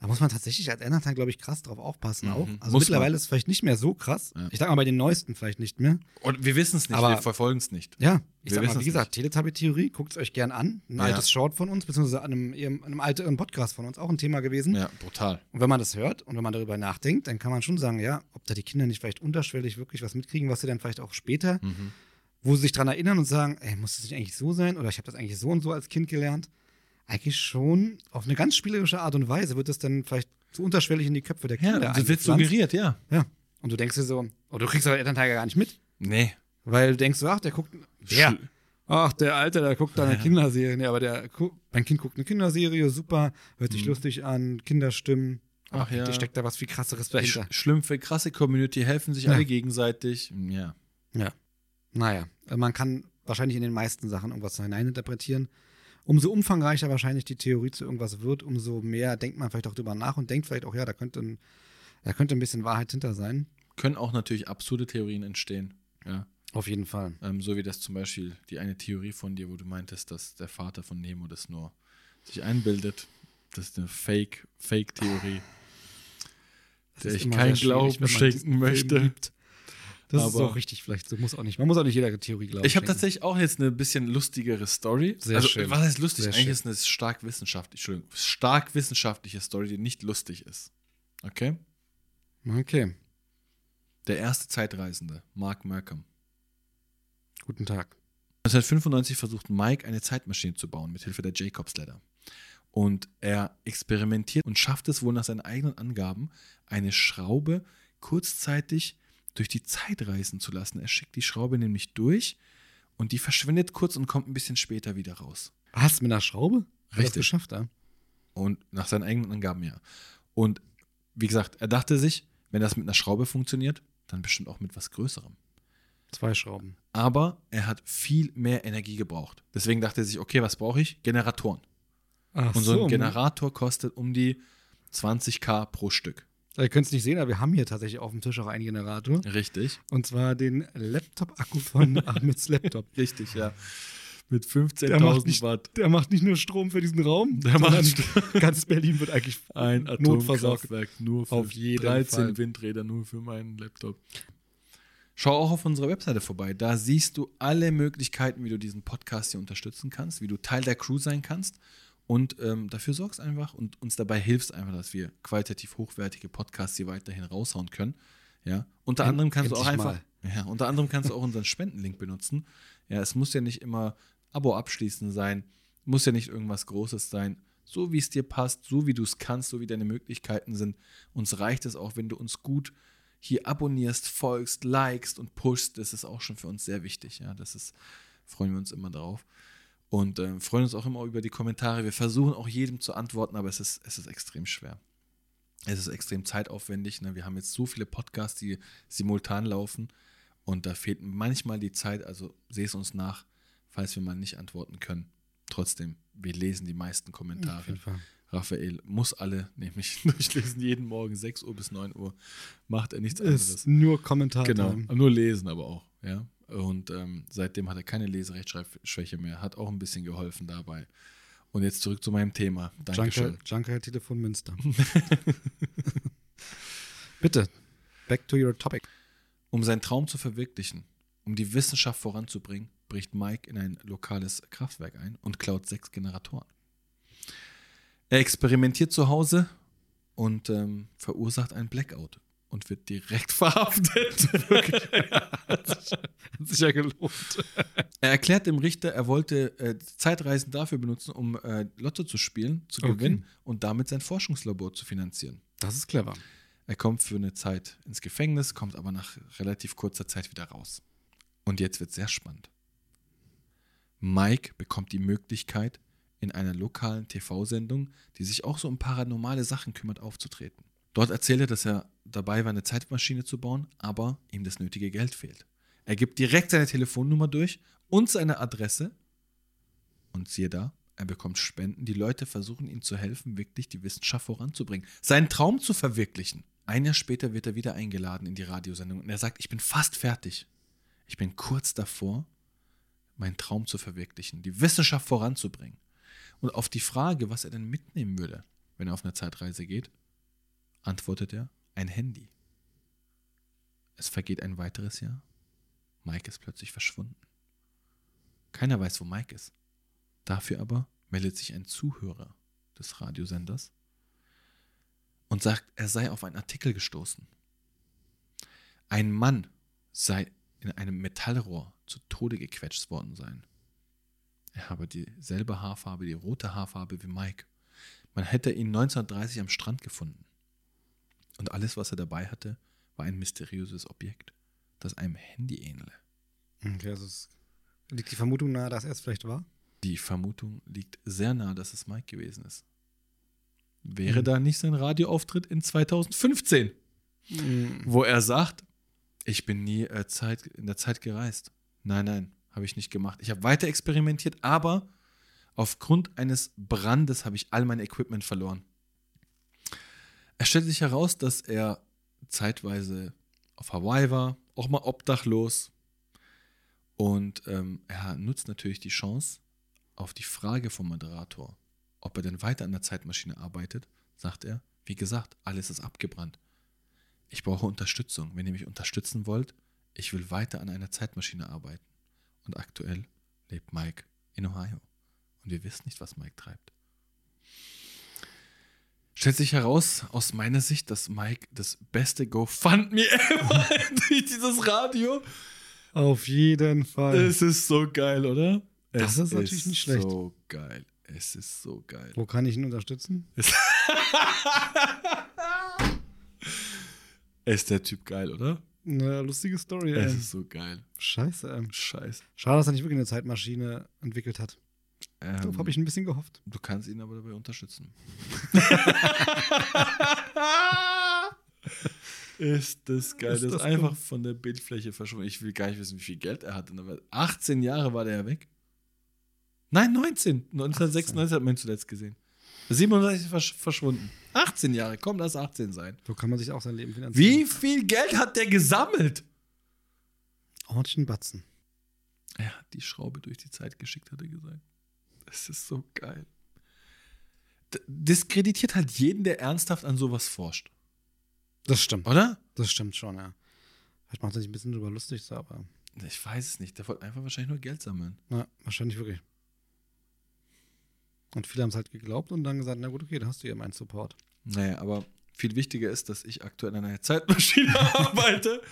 Speaker 1: Da muss man tatsächlich als Elternteil, glaube ich, krass drauf aufpassen.
Speaker 2: Mhm.
Speaker 1: Auch. Also
Speaker 2: Muss
Speaker 1: mittlerweile
Speaker 2: man.
Speaker 1: ist es vielleicht nicht mehr so krass.
Speaker 2: Ja.
Speaker 1: Ich sag mal, bei den neuesten vielleicht nicht mehr.
Speaker 2: Und wir wissen es nicht,
Speaker 1: Aber-
Speaker 2: wir verfolgen es nicht.
Speaker 1: Ja, ich
Speaker 2: Wir
Speaker 1: sag
Speaker 2: wissen
Speaker 1: mal, wie
Speaker 2: es
Speaker 1: gesagt, Teletubby-Theorie, guckt es euch gern an. Ein
Speaker 2: Ja.
Speaker 1: altes Short von uns, beziehungsweise an einem, ihrem- einem älteren Podcast von uns, auch ein Thema gewesen.
Speaker 2: Ja, brutal.
Speaker 1: Und wenn man das hört und wenn man darüber nachdenkt, dann kann man schon sagen, ja, ob da die Kinder nicht vielleicht unterschwellig wirklich was mitkriegen, was sie dann vielleicht auch später,
Speaker 2: Mhm.
Speaker 1: wo sie sich dran erinnern und sagen, ey, muss das nicht eigentlich so sein oder ich habe das eigentlich so und so als Kind gelernt. Eigentlich schon auf eine ganz spielerische Art und Weise wird das dann vielleicht so unterschwellig in die Köpfe der
Speaker 2: Ja,
Speaker 1: Kinder.
Speaker 2: das wird
Speaker 1: eingepflanzt.
Speaker 2: suggeriert, ja.
Speaker 1: ja. Und du denkst dir so, oder du kriegst aber Elternteil gar nicht mit,
Speaker 2: Nee.
Speaker 1: weil du denkst so, ach, der guckt, der,
Speaker 2: Schl-
Speaker 1: Ach, der Alte, der guckt da eine
Speaker 2: Ja.
Speaker 1: Kinderserie. Nee, aber der, gu- mein Kind guckt eine Kinderserie, super, hört sich
Speaker 2: Mhm.
Speaker 1: lustig an, Kinderstimmen. Aber
Speaker 2: Ach ja.
Speaker 1: eigentlich steckt da was viel krasseres
Speaker 2: Die
Speaker 1: dahinter.
Speaker 2: sch- Schlümpfe, krasse Community, helfen sich
Speaker 1: Ja.
Speaker 2: alle gegenseitig. Ja.
Speaker 1: Naja, also man kann wahrscheinlich in den meisten Sachen irgendwas hineininterpretieren. Umso umfangreicher wahrscheinlich die Theorie zu irgendwas wird, umso mehr denkt man vielleicht auch drüber nach und denkt vielleicht auch, ja, da könnte ein, da könnte ein bisschen Wahrheit hinter sein.
Speaker 2: Können auch natürlich absurde Theorien entstehen. Ja.
Speaker 1: Auf jeden Fall.
Speaker 2: Ähm, so wie das zum Beispiel die eine Theorie von dir, wo du meintest, dass der Vater von Nemo das nur sich einbildet. Das ist eine Fake, Fake-Theorie,
Speaker 1: Das
Speaker 2: der
Speaker 1: ist
Speaker 2: ich
Speaker 1: immer
Speaker 2: keinen
Speaker 1: sehr schwierig,
Speaker 2: Glauben
Speaker 1: wenn man diesen
Speaker 2: schenken
Speaker 1: Film
Speaker 2: möchte.
Speaker 1: liebt. Das ist
Speaker 2: Aber-
Speaker 1: auch richtig, vielleicht so. Muss auch nicht. Man muss auch nicht jeder Theorie glauben.
Speaker 2: Ich habe
Speaker 1: schenken.
Speaker 2: tatsächlich auch jetzt eine bisschen lustigere Story.
Speaker 1: Sehr
Speaker 2: also,
Speaker 1: schön.
Speaker 2: was heißt lustig?
Speaker 1: Sehr
Speaker 2: Eigentlich
Speaker 1: schön.
Speaker 2: ist eine stark wissenschaftliche, Entschuldigung, stark wissenschaftliche Story, die nicht lustig ist. Okay?
Speaker 1: Okay,
Speaker 2: Der erste Zeitreisende, Mark Markham.
Speaker 1: guten Tag.
Speaker 2: 1995 versucht Mike eine Zeitmaschine zu bauen mit Hilfe der Jacobs Ladder. Und er experimentiert und schafft es wohl nach seinen eigenen Angaben, eine Schraube kurzzeitig durch die Zeit reisen zu lassen. Er schickt die Schraube nämlich durch und die verschwindet kurz und kommt ein bisschen später wieder raus.
Speaker 1: Hast du mit einer Schraube? Hat das
Speaker 2: Richtig.
Speaker 1: geschafft, ja?
Speaker 2: Und nach seinen eigenen Angaben ja. Und wie gesagt, er dachte sich, wenn das mit einer Schraube funktioniert, dann bestimmt auch mit was Größerem.
Speaker 1: Zwei Schrauben.
Speaker 2: Aber er hat viel mehr Energie gebraucht. Deswegen dachte er sich, okay, was brauche ich? Generatoren.
Speaker 1: Ach
Speaker 2: Und so, ein Generator kostet um die 20k pro Stück.
Speaker 1: Ihr könnt es nicht sehen, aber wir haben hier tatsächlich auf dem Tisch auch einen Generator.
Speaker 2: Richtig.
Speaker 1: Und zwar den Laptop-Akku von Ahmeds Laptop.
Speaker 2: Richtig, ja. Mit
Speaker 1: Der macht
Speaker 2: 15.000
Speaker 1: nicht-
Speaker 2: Watt.
Speaker 1: Der macht nicht nur Strom für diesen Raum,
Speaker 2: Der macht
Speaker 1: sondern ganz Berlin wird eigentlich
Speaker 2: Ein
Speaker 1: notversorgt.
Speaker 2: Atomkraftwerk nur für
Speaker 1: Auf jeden
Speaker 2: 13
Speaker 1: Fall.
Speaker 2: Windräder nur für meinen Laptop. Schau auch auf unserer Webseite vorbei. Da siehst du alle Möglichkeiten, wie du diesen Podcast hier unterstützen kannst, wie du Teil der Crew sein kannst und ähm, dafür sorgst einfach und uns dabei hilfst einfach, dass wir qualitativ hochwertige Podcasts hier weiterhin raushauen können. Ja, unter
Speaker 1: End-
Speaker 2: anderem kannst du auch
Speaker 1: endlich
Speaker 2: einfach, ja, unter anderem kannst du auch unseren Spendenlink benutzen. Ja, es muss ja nicht immer Abo abschließen sein, muss ja nicht irgendwas Großes sein. So wie es dir passt, so wie du es kannst, so wie deine Möglichkeiten sind. Uns reicht es auch, wenn du uns gut hier abonnierst, folgst, likest und pushst. Das ist auch schon für uns sehr wichtig. Ja, das ist, freuen wir uns immer drauf. Und ähm, freuen uns auch immer über die Kommentare. Wir versuchen auch jedem zu antworten, aber es ist, es ist extrem schwer. Es ist extrem zeitaufwendig. Ne? Wir haben jetzt so viele Podcasts, die simultan laufen und da fehlt manchmal die Zeit. Also seht es uns nach, falls wir mal nicht antworten können. Trotzdem, wir lesen die meisten Kommentare.
Speaker 1: Fall.
Speaker 2: Raphael muss alle nämlich durchlesen, jeden Morgen 6 Uhr bis 9 Uhr. Macht er nichts anderes.
Speaker 1: Ist nur Kommentar.
Speaker 2: Genau,
Speaker 1: time.
Speaker 2: nur lesen aber auch. Ja? Und ähm, seitdem hat er keine Leserechtschreibschwäche mehr, hat auch ein bisschen geholfen dabei. Und jetzt zurück zu meinem Thema. Dankeschön.
Speaker 1: Junker, Junker Telefon Münster. Bitte, back to your topic.
Speaker 2: Um seinen Traum zu verwirklichen, um die Wissenschaft voranzubringen, bricht Mike in ein lokales Kraftwerk ein und klaut sechs Generatoren. Er experimentiert zu Hause und ähm, verursacht einen Blackout. und wird direkt verhaftet.
Speaker 1: Hat sich ja gelohnt.
Speaker 2: er erklärt dem Richter, er wollte äh, Zeitreisen dafür benutzen, um äh, Lotto zu spielen, zu
Speaker 1: Okay.
Speaker 2: gewinnen und damit sein Forschungslabor zu finanzieren.
Speaker 1: Das ist clever.
Speaker 2: Er kommt für eine Zeit ins Gefängnis, kommt aber nach relativ kurzer Zeit wieder raus. Und jetzt wird sehr spannend. Mike bekommt die Möglichkeit, in einer lokalen TV-Sendung, die sich auch so um paranormale Sachen kümmert, aufzutreten. Dort erzählt er, dass er dabei war, eine Zeitmaschine zu bauen, aber ihm das nötige Geld fehlt. Er gibt direkt seine Telefonnummer durch und seine Adresse. Und siehe da, er bekommt Spenden. Die Leute versuchen ihm zu helfen, wirklich die Wissenschaft voranzubringen, seinen Traum zu verwirklichen. Ein Jahr später wird er wieder eingeladen in die Radiosendung und er sagt, ich bin fast fertig. Ich bin kurz davor, meinen Traum zu verwirklichen, die Wissenschaft voranzubringen. Und auf die Frage, was er denn mitnehmen würde, wenn er auf eine Zeitreise geht, antwortet er, ein Handy. Es vergeht ein weiteres Jahr. Mike ist plötzlich verschwunden. Keiner weiß, wo Mike ist. Dafür aber meldet sich ein Zuhörer des Radiosenders und sagt, er sei auf einen Artikel gestoßen. Ein Mann sei in einem Metallrohr zu Tode gequetscht worden sein. Er habe dieselbe Haarfarbe, die rote Haarfarbe wie Mike. Man hätte ihn 1930 am Strand gefunden. Und alles, was er dabei hatte, war ein mysteriöses Objekt, das einem Handy ähnle.
Speaker 1: Okay, also es liegt die Vermutung nahe, dass er es vielleicht war.
Speaker 2: Die Vermutung liegt sehr nahe, dass es Mike gewesen ist. Wäre
Speaker 1: Mhm.
Speaker 2: da nicht sein Radioauftritt in 2015,
Speaker 1: Mm.
Speaker 2: wo er sagt, ich bin nie äh, Zeit, in der Zeit gereist. Nein, nein, habe ich nicht gemacht. Ich habe weiter experimentiert, aber aufgrund eines Brandes habe ich all mein Equipment verloren. Es stellt sich heraus, dass er zeitweise auf Hawaii war, auch mal obdachlos. Und ähm, er nutzt natürlich die Chance, auf die Frage vom Moderator, ob er denn weiter an der Zeitmaschine arbeitet, sagt er, wie gesagt, alles ist abgebrannt. Ich brauche Unterstützung. Wenn ihr mich unterstützen wollt, ich will weiter an einer Zeitmaschine arbeiten. Und aktuell lebt Mike in Ohio. Und wir wissen nicht, was Mike treibt. Stellt sich heraus, aus meiner Sicht, dass Mike das beste GoFundMe ever durch dieses Radio.
Speaker 1: Auf jeden Fall.
Speaker 2: Es ist so geil, oder?
Speaker 1: Das
Speaker 2: es
Speaker 1: ist natürlich nicht schlecht.
Speaker 2: so geil. Es ist so geil.
Speaker 1: Wo kann ich ihn unterstützen?
Speaker 2: Ist der Typ geil, oder?
Speaker 1: Eine lustige Story.
Speaker 2: Es
Speaker 1: Ey.
Speaker 2: ist so geil.
Speaker 1: Scheiße. ähm.
Speaker 2: Scheiße.
Speaker 1: Schade, dass er nicht wirklich eine Zeitmaschine entwickelt hat.
Speaker 2: Ähm,
Speaker 1: Darauf habe ich ein bisschen gehofft.
Speaker 2: Du kannst ihn aber dabei unterstützen. ist das geil.
Speaker 1: Ist
Speaker 2: das
Speaker 1: das dumm.
Speaker 2: ist einfach von der Bildfläche verschwunden. Ich will gar nicht wissen, wie viel Geld er hatte. Aber 18 Jahre war der ja weg. Nein, 19. 1996 hat man ihn zuletzt gesehen. 37 versch verschwunden. 18 Jahre, komm, lass 18 sein.
Speaker 1: So kann man sich auch sein Leben finanzieren.
Speaker 2: Wie viel Geld hat der gesammelt?
Speaker 1: Ordentlich einen Batzen.
Speaker 2: Er hat die Schraube durch die Zeit geschickt, hat er gesagt. Das ist so geil. D diskreditiert halt jeden, der ernsthaft an sowas forscht.
Speaker 1: Das stimmt.
Speaker 2: Oder?
Speaker 1: Das stimmt schon, ja. Vielleicht macht er sich ein bisschen drüber lustig, so, aber.
Speaker 2: Ich weiß es nicht. Der wollte einfach wahrscheinlich nur Geld sammeln.
Speaker 1: Na, wahrscheinlich wirklich. Und viele haben es halt geglaubt und dann gesagt: Na gut, okay, da hast du ja meinen Support.
Speaker 2: Naja, aber viel wichtiger ist, dass ich aktuell an einer Zeitmaschine arbeite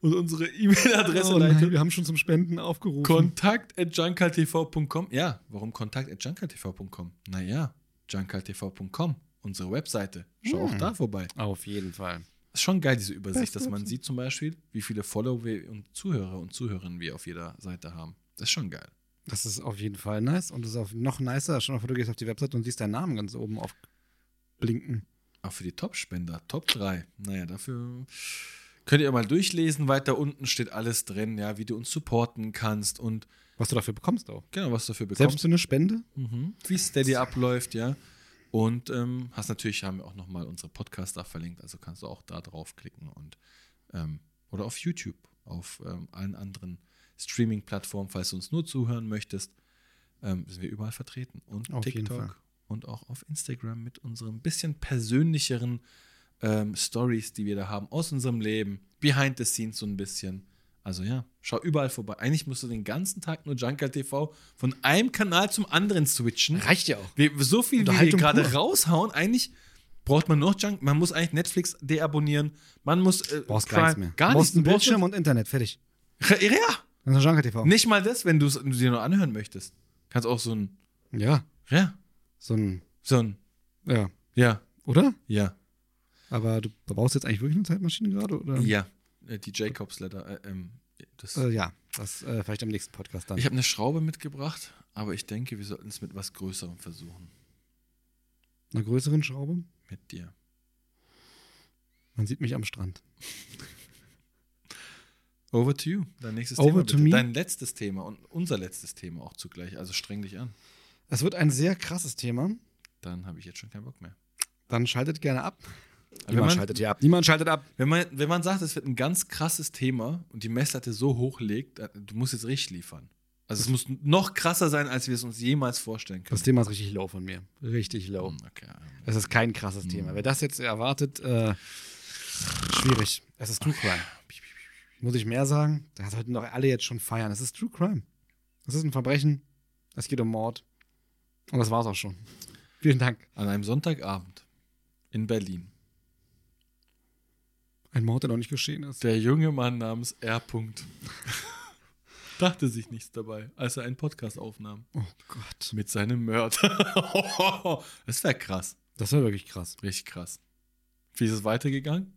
Speaker 2: und unsere E-Mail-Adresse
Speaker 1: Oh nein,
Speaker 2: leite.
Speaker 1: wir haben schon zum Spenden aufgerufen.
Speaker 2: Kontakt at junkaltv.com. Ja, warum Kontakt at junkaltv.com? Naja, junkaltv.com, unsere Webseite. Schau auch
Speaker 1: Hm.
Speaker 2: da vorbei.
Speaker 1: Auf jeden Fall.
Speaker 2: Ist schon geil, diese Übersicht,
Speaker 1: Beste
Speaker 2: dass man
Speaker 1: Option.
Speaker 2: sieht zum Beispiel, wie viele Follower wir- und Zuhörer und Zuhörerinnen wir auf jeder Seite haben. Das ist schon geil.
Speaker 1: Das ist auf jeden Fall nice. Und das ist auch noch nicer, schon auf, du gehst auf die Website und siehst deinen Namen ganz oben aufblinken.
Speaker 2: Auch für die Top-Spender, Top 3. Naja, dafür könnt ihr mal durchlesen. Weiter unten steht alles drin, ja, wie du uns supporten kannst und
Speaker 1: Was du dafür bekommst auch.
Speaker 2: genau, was du dafür
Speaker 1: Selbst
Speaker 2: bekommst.
Speaker 1: für eine Spende?
Speaker 2: Mhm. Wie Steady abläuft, ja. Und ähm, hast natürlich, haben wir auch nochmal unsere Podcaster verlinkt, also kannst du auch da draufklicken und ähm, oder auf YouTube, auf ähm, allen anderen Streaming-Plattformen, falls du uns nur zuhören möchtest, ähm, sind wir überall vertreten. Und
Speaker 1: Auf jeden Fall.
Speaker 2: TikTok und auch auf Instagram mit unseren bisschen persönlicheren ähm, Stories, die wir da haben aus unserem Leben, behind the scenes so ein bisschen. Also ja, schau überall vorbei. Eigentlich musst du den ganzen Tag nur Junker TV von einem Kanal zum anderen switchen.
Speaker 1: Reicht ja auch.
Speaker 2: Wir, so viel, wie wir
Speaker 1: Unterhaltung
Speaker 2: gerade
Speaker 1: pur.
Speaker 2: raushauen, eigentlich Braucht man noch Junk? Man muss eigentlich Netflix deabonnieren. Man muss. Äh,
Speaker 1: Brauchst gar
Speaker 2: Prime-
Speaker 1: nichts mehr.
Speaker 2: Gar
Speaker 1: Brauchst
Speaker 2: nichts.
Speaker 1: einen
Speaker 2: Du brauchst
Speaker 1: Bildschirm Oh. und Internet, fertig.
Speaker 2: Ja, ja.
Speaker 1: Dann ist Junker TV.
Speaker 2: Nicht mal das, wenn du es dir nur anhören möchtest. Kannst auch so ein.
Speaker 1: Ja,
Speaker 2: Ja.
Speaker 1: so ein,
Speaker 2: So ein.
Speaker 1: ja,
Speaker 2: Ja.
Speaker 1: oder?
Speaker 2: Ja.
Speaker 1: Aber du brauchst jetzt eigentlich wirklich eine Zeitmaschine gerade, oder?
Speaker 2: Ja. Äh, Die Jacobs Letter. Äh, ähm, das,
Speaker 1: Äh, ja, das äh, vielleicht am nächsten Podcast dann.
Speaker 2: ich habe eine Schraube mitgebracht, aber ich denke, wir sollten es mit was Größerem versuchen.
Speaker 1: Einer größeren Schraube.
Speaker 2: Mit dir.
Speaker 1: Man sieht mich am Strand.
Speaker 2: Over to you. Dein nächstes
Speaker 1: Over
Speaker 2: Thema.
Speaker 1: to
Speaker 2: bitte.
Speaker 1: me?
Speaker 2: Dein letztes Thema und unser letztes Thema auch zugleich. Also streng dich an.
Speaker 1: Es wird ein sehr krasses Thema.
Speaker 2: Dann habe ich jetzt schon keinen Bock mehr. Also
Speaker 1: Dann schaltet gerne ab.
Speaker 2: Wenn man,
Speaker 1: hier ab. Niemand schaltet ab.
Speaker 2: wenn, man, wenn man sagt, es wird ein ganz krasses Thema und die Messlatte so hoch legt, äh, du musst jetzt richtig liefern. Also es muss noch krasser sein, als wir es uns jemals vorstellen
Speaker 1: Das
Speaker 2: können.
Speaker 1: Thema ist richtig low von mir. Richtig low.
Speaker 2: Hm, Okay.
Speaker 1: Es ist kein krasses Thema. Wer das jetzt erwartet, äh, schwierig. Es ist True Crime. Muss ich mehr sagen? Da sollten doch alle jetzt schon feiern. Es ist True Crime. Es ist ein Verbrechen. Es geht um Mord. Und das war's auch schon. Vielen Dank.
Speaker 2: An einem Sonntagabend in Berlin.
Speaker 1: Ein Mord, der noch nicht geschehen ist.
Speaker 2: Der junge Mann namens R. -Punkt dachte sich nichts dabei, als er einen Podcast aufnahm.
Speaker 1: Oh Gott.
Speaker 2: Mit seinem Mörder. das wäre krass.
Speaker 1: Das war wirklich krass.
Speaker 2: Richtig krass. Wie ist es weitergegangen?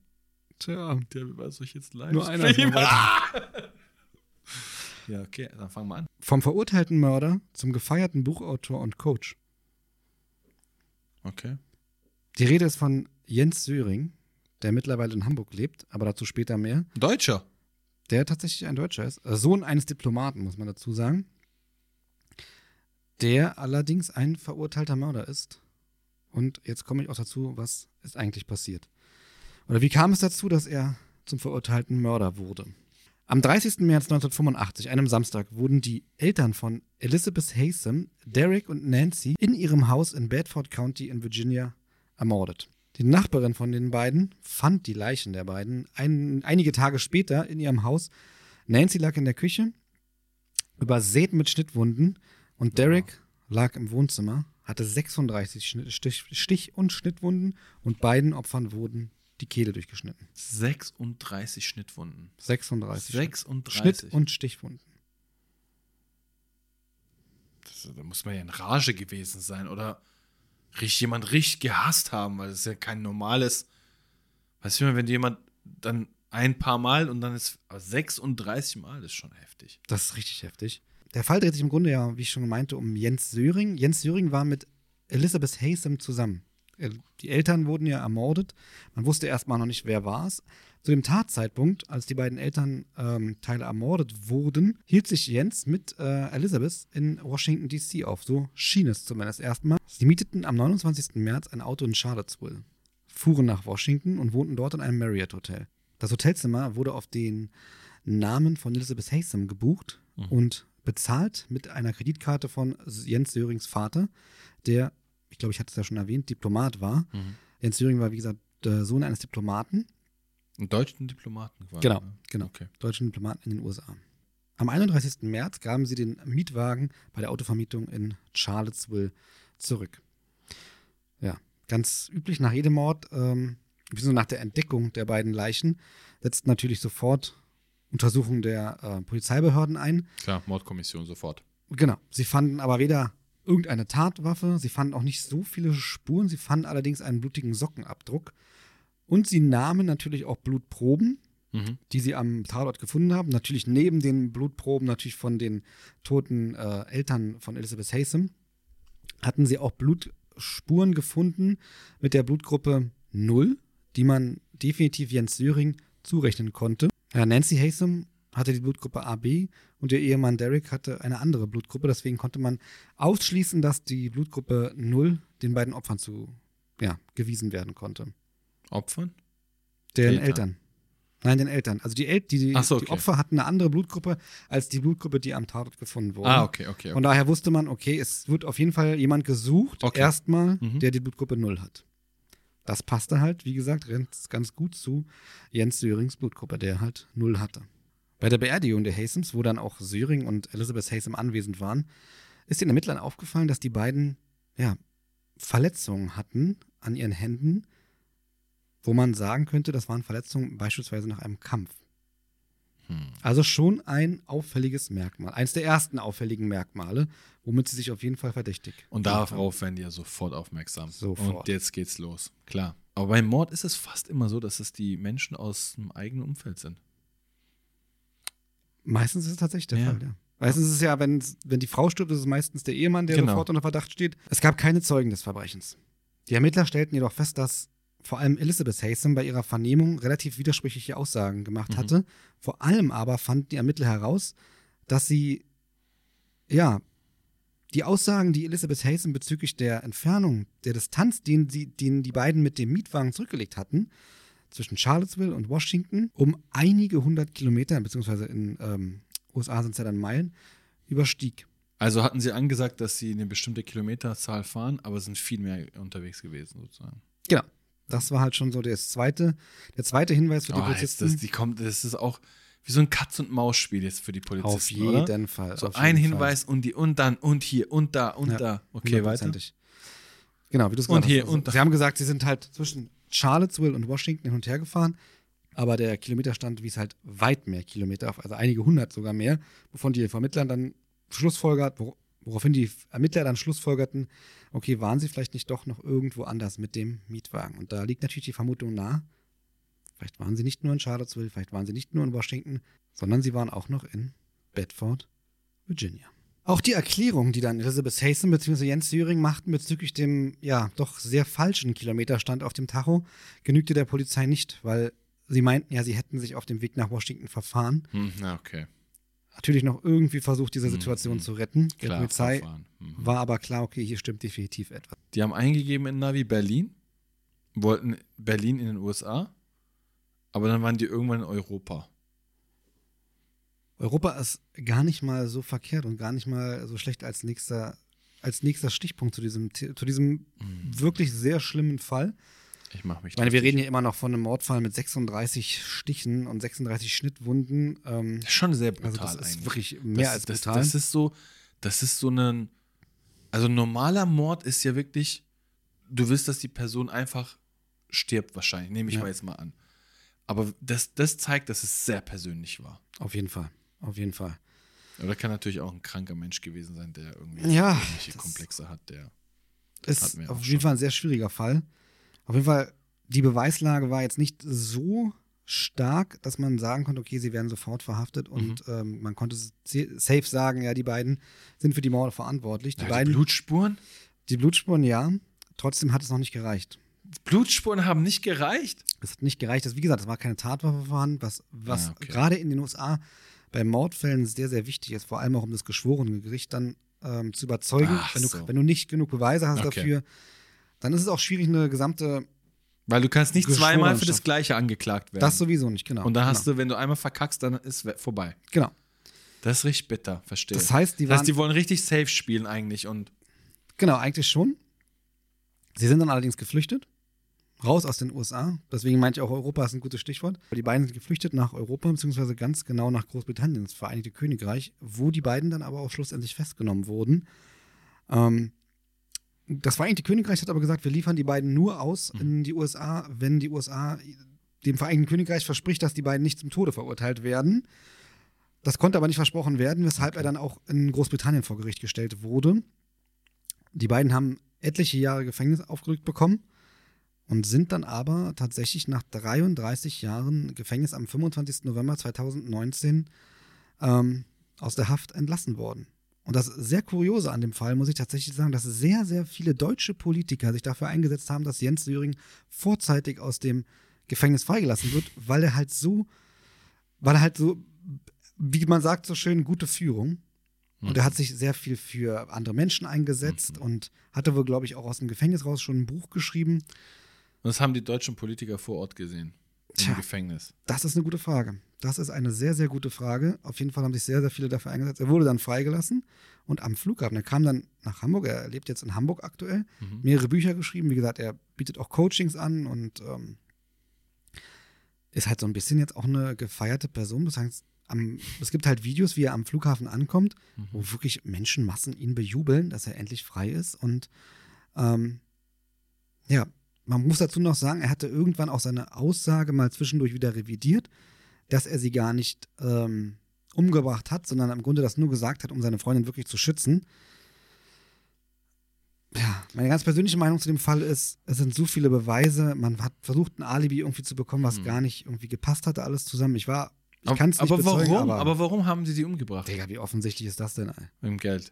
Speaker 1: Tja.
Speaker 2: Der weiß euch jetzt live. Ah!
Speaker 1: Nur einer ist noch
Speaker 2: Ja, okay, dann fangen wir an.
Speaker 1: Vom verurteilten Mörder zum gefeierten Buchautor und Coach.
Speaker 2: Okay.
Speaker 1: Die Rede ist von Jens Söring, der mittlerweile in Hamburg lebt, aber dazu später mehr.
Speaker 2: Deutscher.
Speaker 1: der tatsächlich ein Deutscher ist, äh, Sohn eines Diplomaten, muss man dazu sagen, der allerdings ein verurteilter Mörder ist. Und jetzt komme ich auch dazu, was ist eigentlich passiert. Oder wie kam es dazu, dass er zum verurteilten Mörder wurde? Am 30. März 1985, einem Samstag, wurden die Eltern von Elizabeth Haysom, Derek und Nancy in ihrem Haus in Bedford County in Virginia ermordet. Die Nachbarin von den beiden fand die Leichen der beiden ein, einige Tage später in ihrem Haus. Nancy lag in der Küche, übersät mit Schnittwunden und Derek lag im Wohnzimmer, hatte 36 Schnitt, Stich, Stich- und Schnittwunden und beiden Opfern wurden die Kehle durchgeschnitten.
Speaker 2: 36 Schnittwunden.
Speaker 1: 36 Schnitt
Speaker 2: 36.
Speaker 1: und Stichwunden.
Speaker 2: Das, da muss man ja in Rage gewesen sein oder richtig, jemand richtig gehasst haben, weil das ist ja kein normales. Weißt du, wenn jemand dann ein paar Mal und dann ist aber 36 Mal, das ist schon heftig.
Speaker 1: Das ist richtig heftig. Der Fall dreht sich im Grunde ja, wie ich schon meinte, um Jens Söring. Jens Söring war mit Elizabeth Haysom zusammen. Er- Die Eltern wurden ja ermordet. Man wusste erstmal noch nicht, wer war es. Zu dem Tatzeitpunkt, als die beiden Elternteile Teile ermordet wurden, hielt sich Jens mit äh, Elizabeth in Washington, D.C. auf. So schien es zumindest erstmal. Sie mieteten am 29. März ein Auto in Charlottesville, fuhren nach Washington und wohnten dort in einem Marriott-Hotel. Das Hotelzimmer wurde auf den Namen von Elizabeth Haysom gebucht und bezahlt mit einer Kreditkarte von Jens Sörings Vater, der, ich glaube, ich hatte es ja schon erwähnt, Diplomat war. Jens Söring war, wie gesagt, äh, Sohn eines Diplomaten.
Speaker 2: Einen deutschen Diplomaten quasi.
Speaker 1: Genau,
Speaker 2: ne?
Speaker 1: genau.
Speaker 2: Okay.
Speaker 1: Deutschen Diplomaten in den USA. Am 31. März gaben sie den Mietwagen bei der Autovermietung in Charlottesville zurück. Ja, ganz üblich nach jedem Mord, ähm, wieso nach der Entdeckung der beiden Leichen, setzt natürlich sofort Untersuchungen der äh, Polizeibehörden ein.
Speaker 2: Klar, Mordkommission sofort.
Speaker 1: Genau. Sie fanden aber weder irgendeine Tatwaffe, sie fanden auch nicht so viele Spuren, sie fanden allerdings einen blutigen Sockenabdruck. Und sie nahmen natürlich auch Blutproben,
Speaker 2: Mhm.
Speaker 1: die sie am Tatort gefunden haben. Natürlich neben den Blutproben natürlich von den toten äh, Eltern von Elizabeth Haysom hatten sie auch Blutspuren gefunden mit der Blutgruppe 0, die man definitiv Jens Söring zurechnen konnte. Äh, Nancy Haysom hatte die Blutgruppe AB und ihr Ehemann Derek hatte eine andere Blutgruppe. Deswegen konnte man ausschließen, dass die Blutgruppe 0 den beiden Opfern zu, ja, gewiesen werden konnte.
Speaker 2: Opfern?
Speaker 1: Den
Speaker 2: Eltern.
Speaker 1: Eltern. Nein, den Eltern. Also die, El die, die,
Speaker 2: Ach so,
Speaker 1: die
Speaker 2: okay.
Speaker 1: Opfer hatten eine andere Blutgruppe als die Blutgruppe, die am Tatort gefunden wurde.
Speaker 2: Ah, okay, okay. okay.
Speaker 1: Von daher wusste man, okay, es wird auf jeden Fall jemand gesucht,
Speaker 2: Okay.
Speaker 1: erstmal,
Speaker 2: Mhm.
Speaker 1: der die Blutgruppe 0 hat. Das passte halt, wie gesagt, ganz, ganz gut zu Jens Sörings Blutgruppe, der halt 0 hatte. Bei der Beerdigung der Hasems, wo dann auch Söring und Elizabeth Hasem anwesend waren, ist den Ermittlern aufgefallen, dass die beiden ja, Verletzungen hatten an ihren Händen, wo man sagen könnte, das waren Verletzungen beispielsweise nach einem Kampf.
Speaker 2: Hm.
Speaker 1: Also schon ein auffälliges Merkmal. Eins der ersten auffälligen Merkmale, womit sie sich auf jeden Fall verdächtig.
Speaker 2: Und
Speaker 1: gemacht haben.
Speaker 2: darauf werden die ja sofort aufmerksam.
Speaker 1: Sofort.
Speaker 2: Und jetzt geht's los. Klar. Aber beim Mord ist es fast immer so, dass es die Menschen aus dem eigenen Umfeld sind.
Speaker 1: Meistens ist es tatsächlich der
Speaker 2: Ja.
Speaker 1: Fall, ja. Meistens ist es ja, wenn, wenn die Frau stirbt, ist es meistens der Ehemann, der
Speaker 2: Genau.
Speaker 1: sofort unter Verdacht steht. Es gab keine Zeugen des Verbrechens. Die Ermittler stellten jedoch fest, dass vor allem Elizabeth Hazen bei ihrer Vernehmung relativ widersprüchliche Aussagen gemacht
Speaker 2: Mhm.
Speaker 1: hatte. Vor allem aber fanden die Ermittler heraus, dass sie, ja, die Aussagen, die Elizabeth Hazen bezüglich der Entfernung, der Distanz, den, sie, den die beiden mit dem Mietwagen zurückgelegt hatten, zwischen Charlottesville und Washington, um einige hundert Kilometer, beziehungsweise in ähm, USA sind es ja dann Meilen, überstieg.
Speaker 2: Also hatten sie angesagt, dass sie eine bestimmte Kilometerzahl fahren, aber sind viel mehr unterwegs gewesen, sozusagen.
Speaker 1: Genau. Das war halt schon so das zweite, der zweite Hinweis für die
Speaker 2: Oh, heißt
Speaker 1: Polizisten.
Speaker 2: das, die kommt, das ist auch wie so ein Katz-und-Maus-Spiel jetzt für die Polizisten.
Speaker 1: auf jeden
Speaker 2: oder?
Speaker 1: Fall.
Speaker 2: So
Speaker 1: auf
Speaker 2: ein
Speaker 1: jeden
Speaker 2: Hinweis und die und dann und hier und da und
Speaker 1: Ja,
Speaker 2: da.
Speaker 1: Fall.
Speaker 2: Okay, weiter.
Speaker 1: Hundertprozentig. Genau, wie du es
Speaker 2: Und
Speaker 1: gesagt
Speaker 2: hier
Speaker 1: hast.
Speaker 2: und da.
Speaker 1: Sie haben gesagt, sie sind halt zwischen Charlottesville und Washington hin und her gefahren, aber der Kilometerstand wies halt weit mehr Kilometer auf, also einige hundert sogar mehr, wovon die Vermittler dann schlussfolgert, wor- woraufhin die Ermittler dann schlussfolgerten, okay, waren sie vielleicht nicht doch noch irgendwo anders mit dem Mietwagen? Und da liegt natürlich die Vermutung nahe, vielleicht waren sie nicht nur in Charlottesville, vielleicht waren sie nicht nur in Washington, sondern sie waren auch noch in Bedford, Virginia. Auch die Erklärung, die dann Elizabeth Hasten bzw. Jens Söring machten bezüglich dem ja doch sehr falschen Kilometerstand auf dem Tacho, genügte der Polizei nicht, weil sie meinten ja, sie hätten sich auf dem Weg nach Washington verfahren.
Speaker 2: Hm, na, okay.
Speaker 1: Natürlich noch irgendwie versucht, diese Situation
Speaker 2: Mhm.
Speaker 1: zu retten. Der
Speaker 2: Klar,
Speaker 1: Polizei
Speaker 2: Verfahren. Mhm.
Speaker 1: war aber klar, okay, hier stimmt definitiv etwas.
Speaker 2: Die haben eingegeben in Navi Berlin, wollten Berlin in den USA, aber dann waren die irgendwann in Europa.
Speaker 1: Europa ist gar nicht mal so verkehrt und gar nicht mal so schlecht als nächster, als nächster Stichpunkt zu diesem, The- zu diesem
Speaker 2: Mhm.
Speaker 1: wirklich sehr schlimmen Fall.
Speaker 2: Ich mache mich.
Speaker 1: Ich meine, wir reden hier immer noch von einem Mordfall mit 36 Stichen und 36 Schnittwunden. Ähm,
Speaker 2: Das ist schon sehr brutal.
Speaker 1: also das ist
Speaker 2: eigentlich.
Speaker 1: wirklich mehr
Speaker 2: das,
Speaker 1: als
Speaker 2: das,
Speaker 1: brutal.
Speaker 2: Das ist so, das ist so ein, also ein normaler Mord ist ja wirklich, du willst, dass die Person einfach stirbt wahrscheinlich, nehme ich
Speaker 1: Ja.
Speaker 2: mal jetzt mal an. Aber das, das zeigt, dass es sehr persönlich war.
Speaker 1: auf jeden Fall, auf jeden Fall.
Speaker 2: Oder kann natürlich auch ein kranker Mensch gewesen sein, der irgendwie
Speaker 1: Ja,
Speaker 2: irgendwelche
Speaker 1: das-
Speaker 2: Komplexe hat, der.
Speaker 1: Ist
Speaker 2: Hatten wir
Speaker 1: auf
Speaker 2: auch
Speaker 1: jeden
Speaker 2: schon.
Speaker 1: Fall ein sehr schwieriger Fall. Auf jeden Fall, die Beweislage war jetzt nicht so stark, dass man sagen konnte, okay, sie werden sofort verhaftet und
Speaker 2: Mhm.
Speaker 1: ähm, man konnte se- safe sagen, ja, die beiden sind für die Morde verantwortlich. Die
Speaker 2: Ja, die
Speaker 1: beiden,
Speaker 2: Blutspuren?
Speaker 1: die Blutspuren, ja. Trotzdem hat es noch nicht gereicht.
Speaker 2: Blutspuren haben nicht gereicht.
Speaker 1: Es hat nicht gereicht. Das, wie gesagt, es war keine Tatwaffe vorhanden, was, was
Speaker 2: Ah, okay.
Speaker 1: gerade in den USA bei Mordfällen sehr, sehr wichtig ist, vor allem auch um das geschworene Gericht dann ähm, zu überzeugen.
Speaker 2: Ach
Speaker 1: Wenn du,
Speaker 2: so.
Speaker 1: wenn du nicht genug Beweise hast
Speaker 2: Okay.
Speaker 1: dafür, dann ist es auch schwierig, eine gesamte.
Speaker 2: Weil du kannst nicht
Speaker 1: Geschworen
Speaker 2: zweimal für das
Speaker 1: schaffen.
Speaker 2: Gleiche angeklagt werden.
Speaker 1: Das sowieso nicht, genau.
Speaker 2: Und dann hast
Speaker 1: genau.
Speaker 2: du, wenn du einmal verkackst, dann ist we- vorbei.
Speaker 1: Genau.
Speaker 2: Das ist richtig bitter, verstehe.
Speaker 1: Das heißt, die
Speaker 2: Das
Speaker 1: waren.
Speaker 2: heißt, die wollen richtig safe spielen eigentlich und
Speaker 1: genau, eigentlich schon. Sie sind dann allerdings geflüchtet. Raus aus den USA. Deswegen meinte ich auch, Europa ist ein gutes Stichwort. Die beiden sind geflüchtet nach Europa, beziehungsweise ganz genau nach Großbritannien, das Vereinigte Königreich, wo die beiden dann aber auch schlussendlich festgenommen wurden. Ähm, das Vereinigte Königreich hat aber gesagt, wir liefern die beiden nur aus in die USA, wenn die USA dem Vereinigten Königreich verspricht, dass die beiden nicht zum Tode verurteilt werden. Das konnte aber nicht versprochen werden, weshalb er dann auch in Großbritannien vor Gericht gestellt wurde. Die beiden haben etliche Jahre Gefängnis aufgerückt bekommen und sind dann aber tatsächlich nach 33 Jahren Gefängnis am 25. November 2019 ähm, aus der Haft entlassen worden. Und das sehr Kuriose an dem Fall, muss ich tatsächlich sagen, dass sehr, sehr viele deutsche Politiker sich dafür eingesetzt haben, dass Jens Söring vorzeitig aus dem Gefängnis freigelassen wird, weil er halt so, weil er halt so, wie man sagt, so schön gute Führung. Und er hat sich sehr viel für andere Menschen eingesetzt und hatte wohl, glaube ich, auch aus dem Gefängnis raus schon ein Buch geschrieben.
Speaker 2: Und das haben die deutschen Politiker vor Ort gesehen. Im
Speaker 1: Tja.
Speaker 2: Gefängnis.
Speaker 1: Das ist eine gute Frage. Das ist eine sehr, sehr gute Frage. Auf jeden Fall haben sich sehr, sehr viele dafür eingesetzt. Er wurde dann freigelassen und am Flughafen. Er kam dann nach Hamburg. Er lebt jetzt in Hamburg aktuell. Mehrere Bücher geschrieben. Wie gesagt, er bietet auch Coachings an und ähm, ist halt so ein bisschen jetzt auch eine gefeierte Person. Das heißt, am, es gibt halt Videos, wie er am Flughafen ankommt,
Speaker 2: Mhm.
Speaker 1: wo wirklich Menschenmassen ihn bejubeln, dass er endlich frei ist. Und ähm, ja, Man muss dazu noch sagen, er hatte irgendwann auch seine Aussage mal zwischendurch wieder revidiert, dass er sie gar nicht ähm, umgebracht hat, sondern im Grunde das nur gesagt hat, um seine Freundin wirklich zu schützen. Ja, meine ganz persönliche Meinung zu dem Fall ist, es sind so viele Beweise. Man hat versucht, ein Alibi irgendwie zu bekommen, was
Speaker 2: Hm.
Speaker 1: gar nicht irgendwie gepasst hatte, alles zusammen. Ich war, ich
Speaker 2: Ab-
Speaker 1: kann es nicht
Speaker 2: aber
Speaker 1: bezeugen,
Speaker 2: warum?
Speaker 1: aber,
Speaker 2: Aber warum haben sie sie umgebracht?
Speaker 1: Digga, wie offensichtlich ist das denn? Ey?
Speaker 2: Mit dem Geld.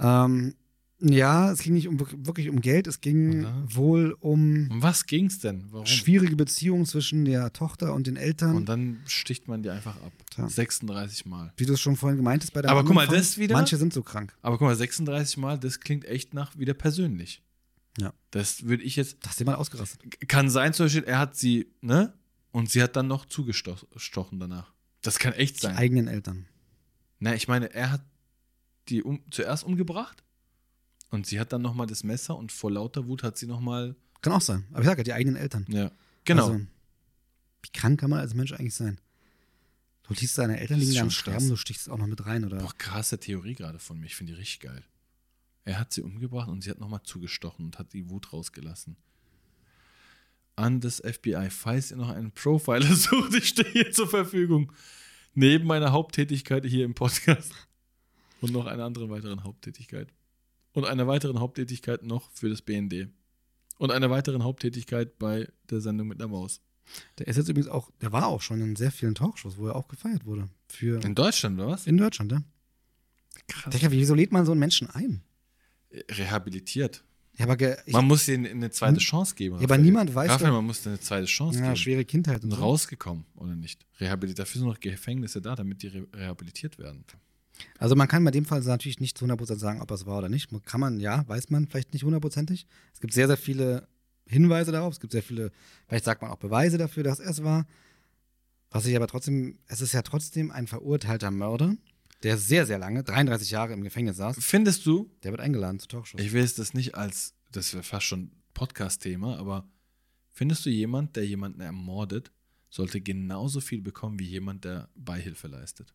Speaker 1: Ähm, ja, es ging nicht um, wirklich um Geld, es ging
Speaker 2: Ja.
Speaker 1: wohl um
Speaker 2: Um was ging's denn? Warum?
Speaker 1: schwierige Beziehungen zwischen der Tochter und den Eltern.
Speaker 2: Und dann sticht man die einfach ab.
Speaker 1: Tja.
Speaker 2: 36 Mal.
Speaker 1: wie du es schon vorhin gemeint hast bei der
Speaker 2: Aber guck mal,
Speaker 1: Anfang,
Speaker 2: das wieder-
Speaker 1: Manche sind so krank.
Speaker 2: Aber guck mal, 36 Mal, das klingt echt nach wieder persönlich.
Speaker 1: Ja.
Speaker 2: Das würde ich jetzt.
Speaker 1: Da hast du mal ausgerastet.
Speaker 2: Kann sein, zum Beispiel, er hat sie, ne? Und sie hat dann noch zugestochen danach. Das kann echt
Speaker 1: Die
Speaker 2: sein.
Speaker 1: eigenen Eltern.
Speaker 2: Na, ich meine, er hat die um, zuerst umgebracht und sie hat dann nochmal das Messer und vor lauter Wut hat sie nochmal.
Speaker 1: Kann auch sein. Aber ich sage ja, die eigenen Eltern.
Speaker 2: Ja. Genau.
Speaker 1: Also, wie krank kann man als Mensch eigentlich sein? Du liest deine Eltern
Speaker 2: Das
Speaker 1: liegen
Speaker 2: ist
Speaker 1: da im
Speaker 2: schon krass.
Speaker 1: Sterben, du stichst auch noch mit rein, oder?
Speaker 2: Boah, krasse Theorie gerade von mir. Ich finde die richtig geil. Er hat sie umgebracht und sie hat nochmal zugestochen und hat die Wut rausgelassen. An das FBI, falls ihr noch einen Profiler sucht, ich stehe hier zur Verfügung. Neben meiner Haupttätigkeit hier im Podcast. Und noch einer anderen weiteren Haupttätigkeit. Und einer weiteren Haupttätigkeit noch für das BND. Und einer weiteren Haupttätigkeit bei der Sendung mit der Maus.
Speaker 1: Der ist jetzt übrigens auch, der war auch schon in sehr vielen Talkshows, wo er auch gefeiert wurde. Für
Speaker 2: In Deutschland, oder was?
Speaker 1: in Deutschland, ja.
Speaker 2: Krass.
Speaker 1: Digga, wieso lädt man so einen Menschen ein?
Speaker 2: Rehabilitiert.
Speaker 1: Ja, aber ge- ich,
Speaker 2: man muss ihnen eine zweite Chance geben.
Speaker 1: aber
Speaker 2: Raphael.
Speaker 1: niemand weiß
Speaker 2: Raphael,
Speaker 1: doch-
Speaker 2: man muss eine zweite Chance
Speaker 1: ja,
Speaker 2: geben.
Speaker 1: schwere Kindheit und
Speaker 2: Sind
Speaker 1: so.
Speaker 2: rausgekommen oder nicht? Rehabilit Dafür sind noch Gefängnisse da, damit die re rehabilitiert werden.
Speaker 1: Also man kann bei dem Fall natürlich nicht zu 100% sagen, ob es war oder nicht. Kann man, ja, weiß man vielleicht nicht hundertprozentig. Es gibt sehr, sehr viele Hinweise darauf. Es gibt sehr viele, vielleicht sagt man auch Beweise dafür, dass es war. Was ich aber trotzdem, es ist ja trotzdem ein verurteilter Mörder, der sehr, sehr lange, 33 Jahre im Gefängnis saß.
Speaker 2: Findest du,
Speaker 1: Der wird eingeladen zu Talkshows.
Speaker 2: ich will jetzt das nicht als, das wäre fast schon Podcast-Thema, aber findest du jemand, der jemanden ermordet, sollte genauso viel bekommen wie jemand, der Beihilfe leistet?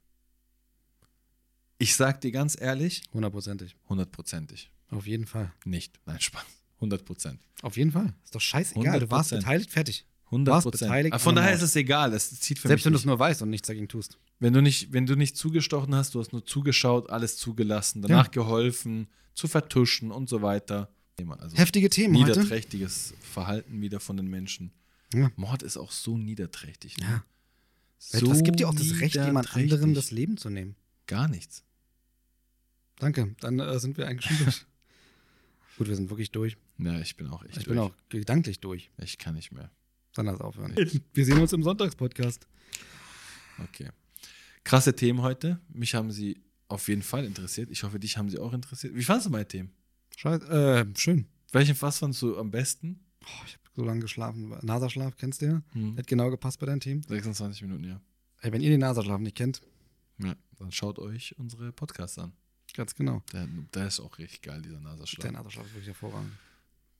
Speaker 2: Ich sag dir ganz ehrlich,
Speaker 1: Hundertprozentig.
Speaker 2: hundertprozentig.
Speaker 1: Auf jeden Fall.
Speaker 2: Nicht. Nein, Spaß. 100 Prozent.
Speaker 1: Auf jeden Fall. Ist doch scheißegal. Du warst
Speaker 2: 100%.
Speaker 1: beteiligt, fertig.
Speaker 2: 100
Speaker 1: Warst beteiligt
Speaker 2: Prozent. Von
Speaker 1: an einem
Speaker 2: daher
Speaker 1: Mord.
Speaker 2: ist es egal. Es zieht für
Speaker 1: Selbst wenn du
Speaker 2: mich
Speaker 1: es nur weißt und nichts dagegen tust.
Speaker 2: Wenn du nicht, wenn du nicht zugestochen hast, du hast nur zugeschaut, alles zugelassen, danach geholfen, zu vertuschen und so weiter. Also
Speaker 1: Heftige Themen heute.
Speaker 2: niederträchtiges Verhalten wieder von den Menschen.
Speaker 1: Ja.
Speaker 2: Mord ist auch so niederträchtig. Ne?
Speaker 1: Ja.
Speaker 2: So
Speaker 1: Was gibt dir auch das Recht, jemand
Speaker 2: niederträchtig.
Speaker 1: anderem das Leben zu nehmen?
Speaker 2: Gar nichts.
Speaker 1: Danke, dann äh, sind wir eigentlich schon durch. Gut, wir sind wirklich durch.
Speaker 2: Ja, ich bin auch echt.
Speaker 1: Ich, bin
Speaker 2: durch.
Speaker 1: auch gedanklich durch.
Speaker 2: Ich kann nicht mehr.
Speaker 1: Dann lass aufhören. Wir sehen uns im Sonntagspodcast.
Speaker 2: Okay. Krasse Themen heute. Mich haben sie auf jeden Fall interessiert. Ich hoffe, dich haben sie auch interessiert. Wie fandest du meine Themen?
Speaker 1: Scheiße, äh, schön.
Speaker 2: Welchen Fass fandst du am besten?
Speaker 1: Oh, ich habe so lange geschlafen. Naserschlaf, kennst du ja?
Speaker 2: Hm.
Speaker 1: Hat genau gepasst bei deinem Team.
Speaker 2: 26 Minuten, ja.
Speaker 1: Ey, wenn ihr den Naserschlaf nicht kennt,
Speaker 2: Ja, dann schaut euch unsere Podcasts an.
Speaker 1: ganz genau.
Speaker 2: Der, der ist auch richtig geil, dieser
Speaker 1: Der
Speaker 2: Naserschlag.
Speaker 1: Naserschlaf ist wirklich hervorragend.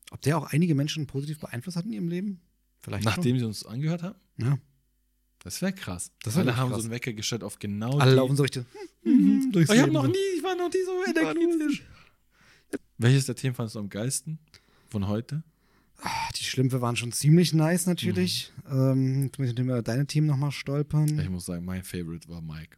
Speaker 1: Ob der auch einige Menschen positiv beeinflusst hat in ihrem Leben? Vielleicht
Speaker 2: Nachdem sie uns angehört haben,
Speaker 1: schon. Ja.
Speaker 2: das wäre krass.
Speaker 1: Das wär
Speaker 2: Alle
Speaker 1: wirklich
Speaker 2: haben
Speaker 1: krass.
Speaker 2: so einen Wecker gestellt auf genau
Speaker 1: Alle
Speaker 2: die-
Speaker 1: laufen so richtig
Speaker 2: Mhm.
Speaker 1: durchs
Speaker 2: Oh, ich, hab
Speaker 1: Leben
Speaker 2: noch
Speaker 1: so.
Speaker 2: nie, ich war noch nie so energetisch. Welches der Themen fandest du am geilsten von heute?
Speaker 1: Ah, Die Schlümpfe waren schon ziemlich nice natürlich. Ähm, jetzt muss ich über deine Themen nochmal
Speaker 2: Mhm. Ich
Speaker 1: stolpern.
Speaker 2: muss sagen, mein Favorite war Mike.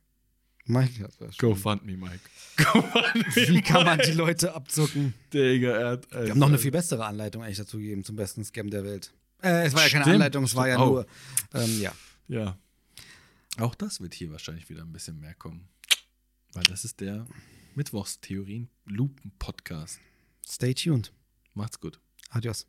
Speaker 1: Mike, das war
Speaker 2: Go fund me, Mike. Go fund me,
Speaker 1: Wie kann man die Leute abzucken?
Speaker 2: Digga, er hat.
Speaker 1: Wir haben noch eine viel bessere Anleitung eigentlich dazu gegeben zum besten Scam der Welt. Äh, es war ja keine
Speaker 2: Stimmt.
Speaker 1: Anleitung, es war ja
Speaker 2: Oh.
Speaker 1: nur. Ähm, ja.
Speaker 2: Ja. Auch das wird hier wahrscheinlich wieder ein bisschen mehr kommen. Weil das ist der Mittwochstheorien-Lupen-Podcast.
Speaker 1: Stay tuned.
Speaker 2: Macht's gut.
Speaker 1: Adios.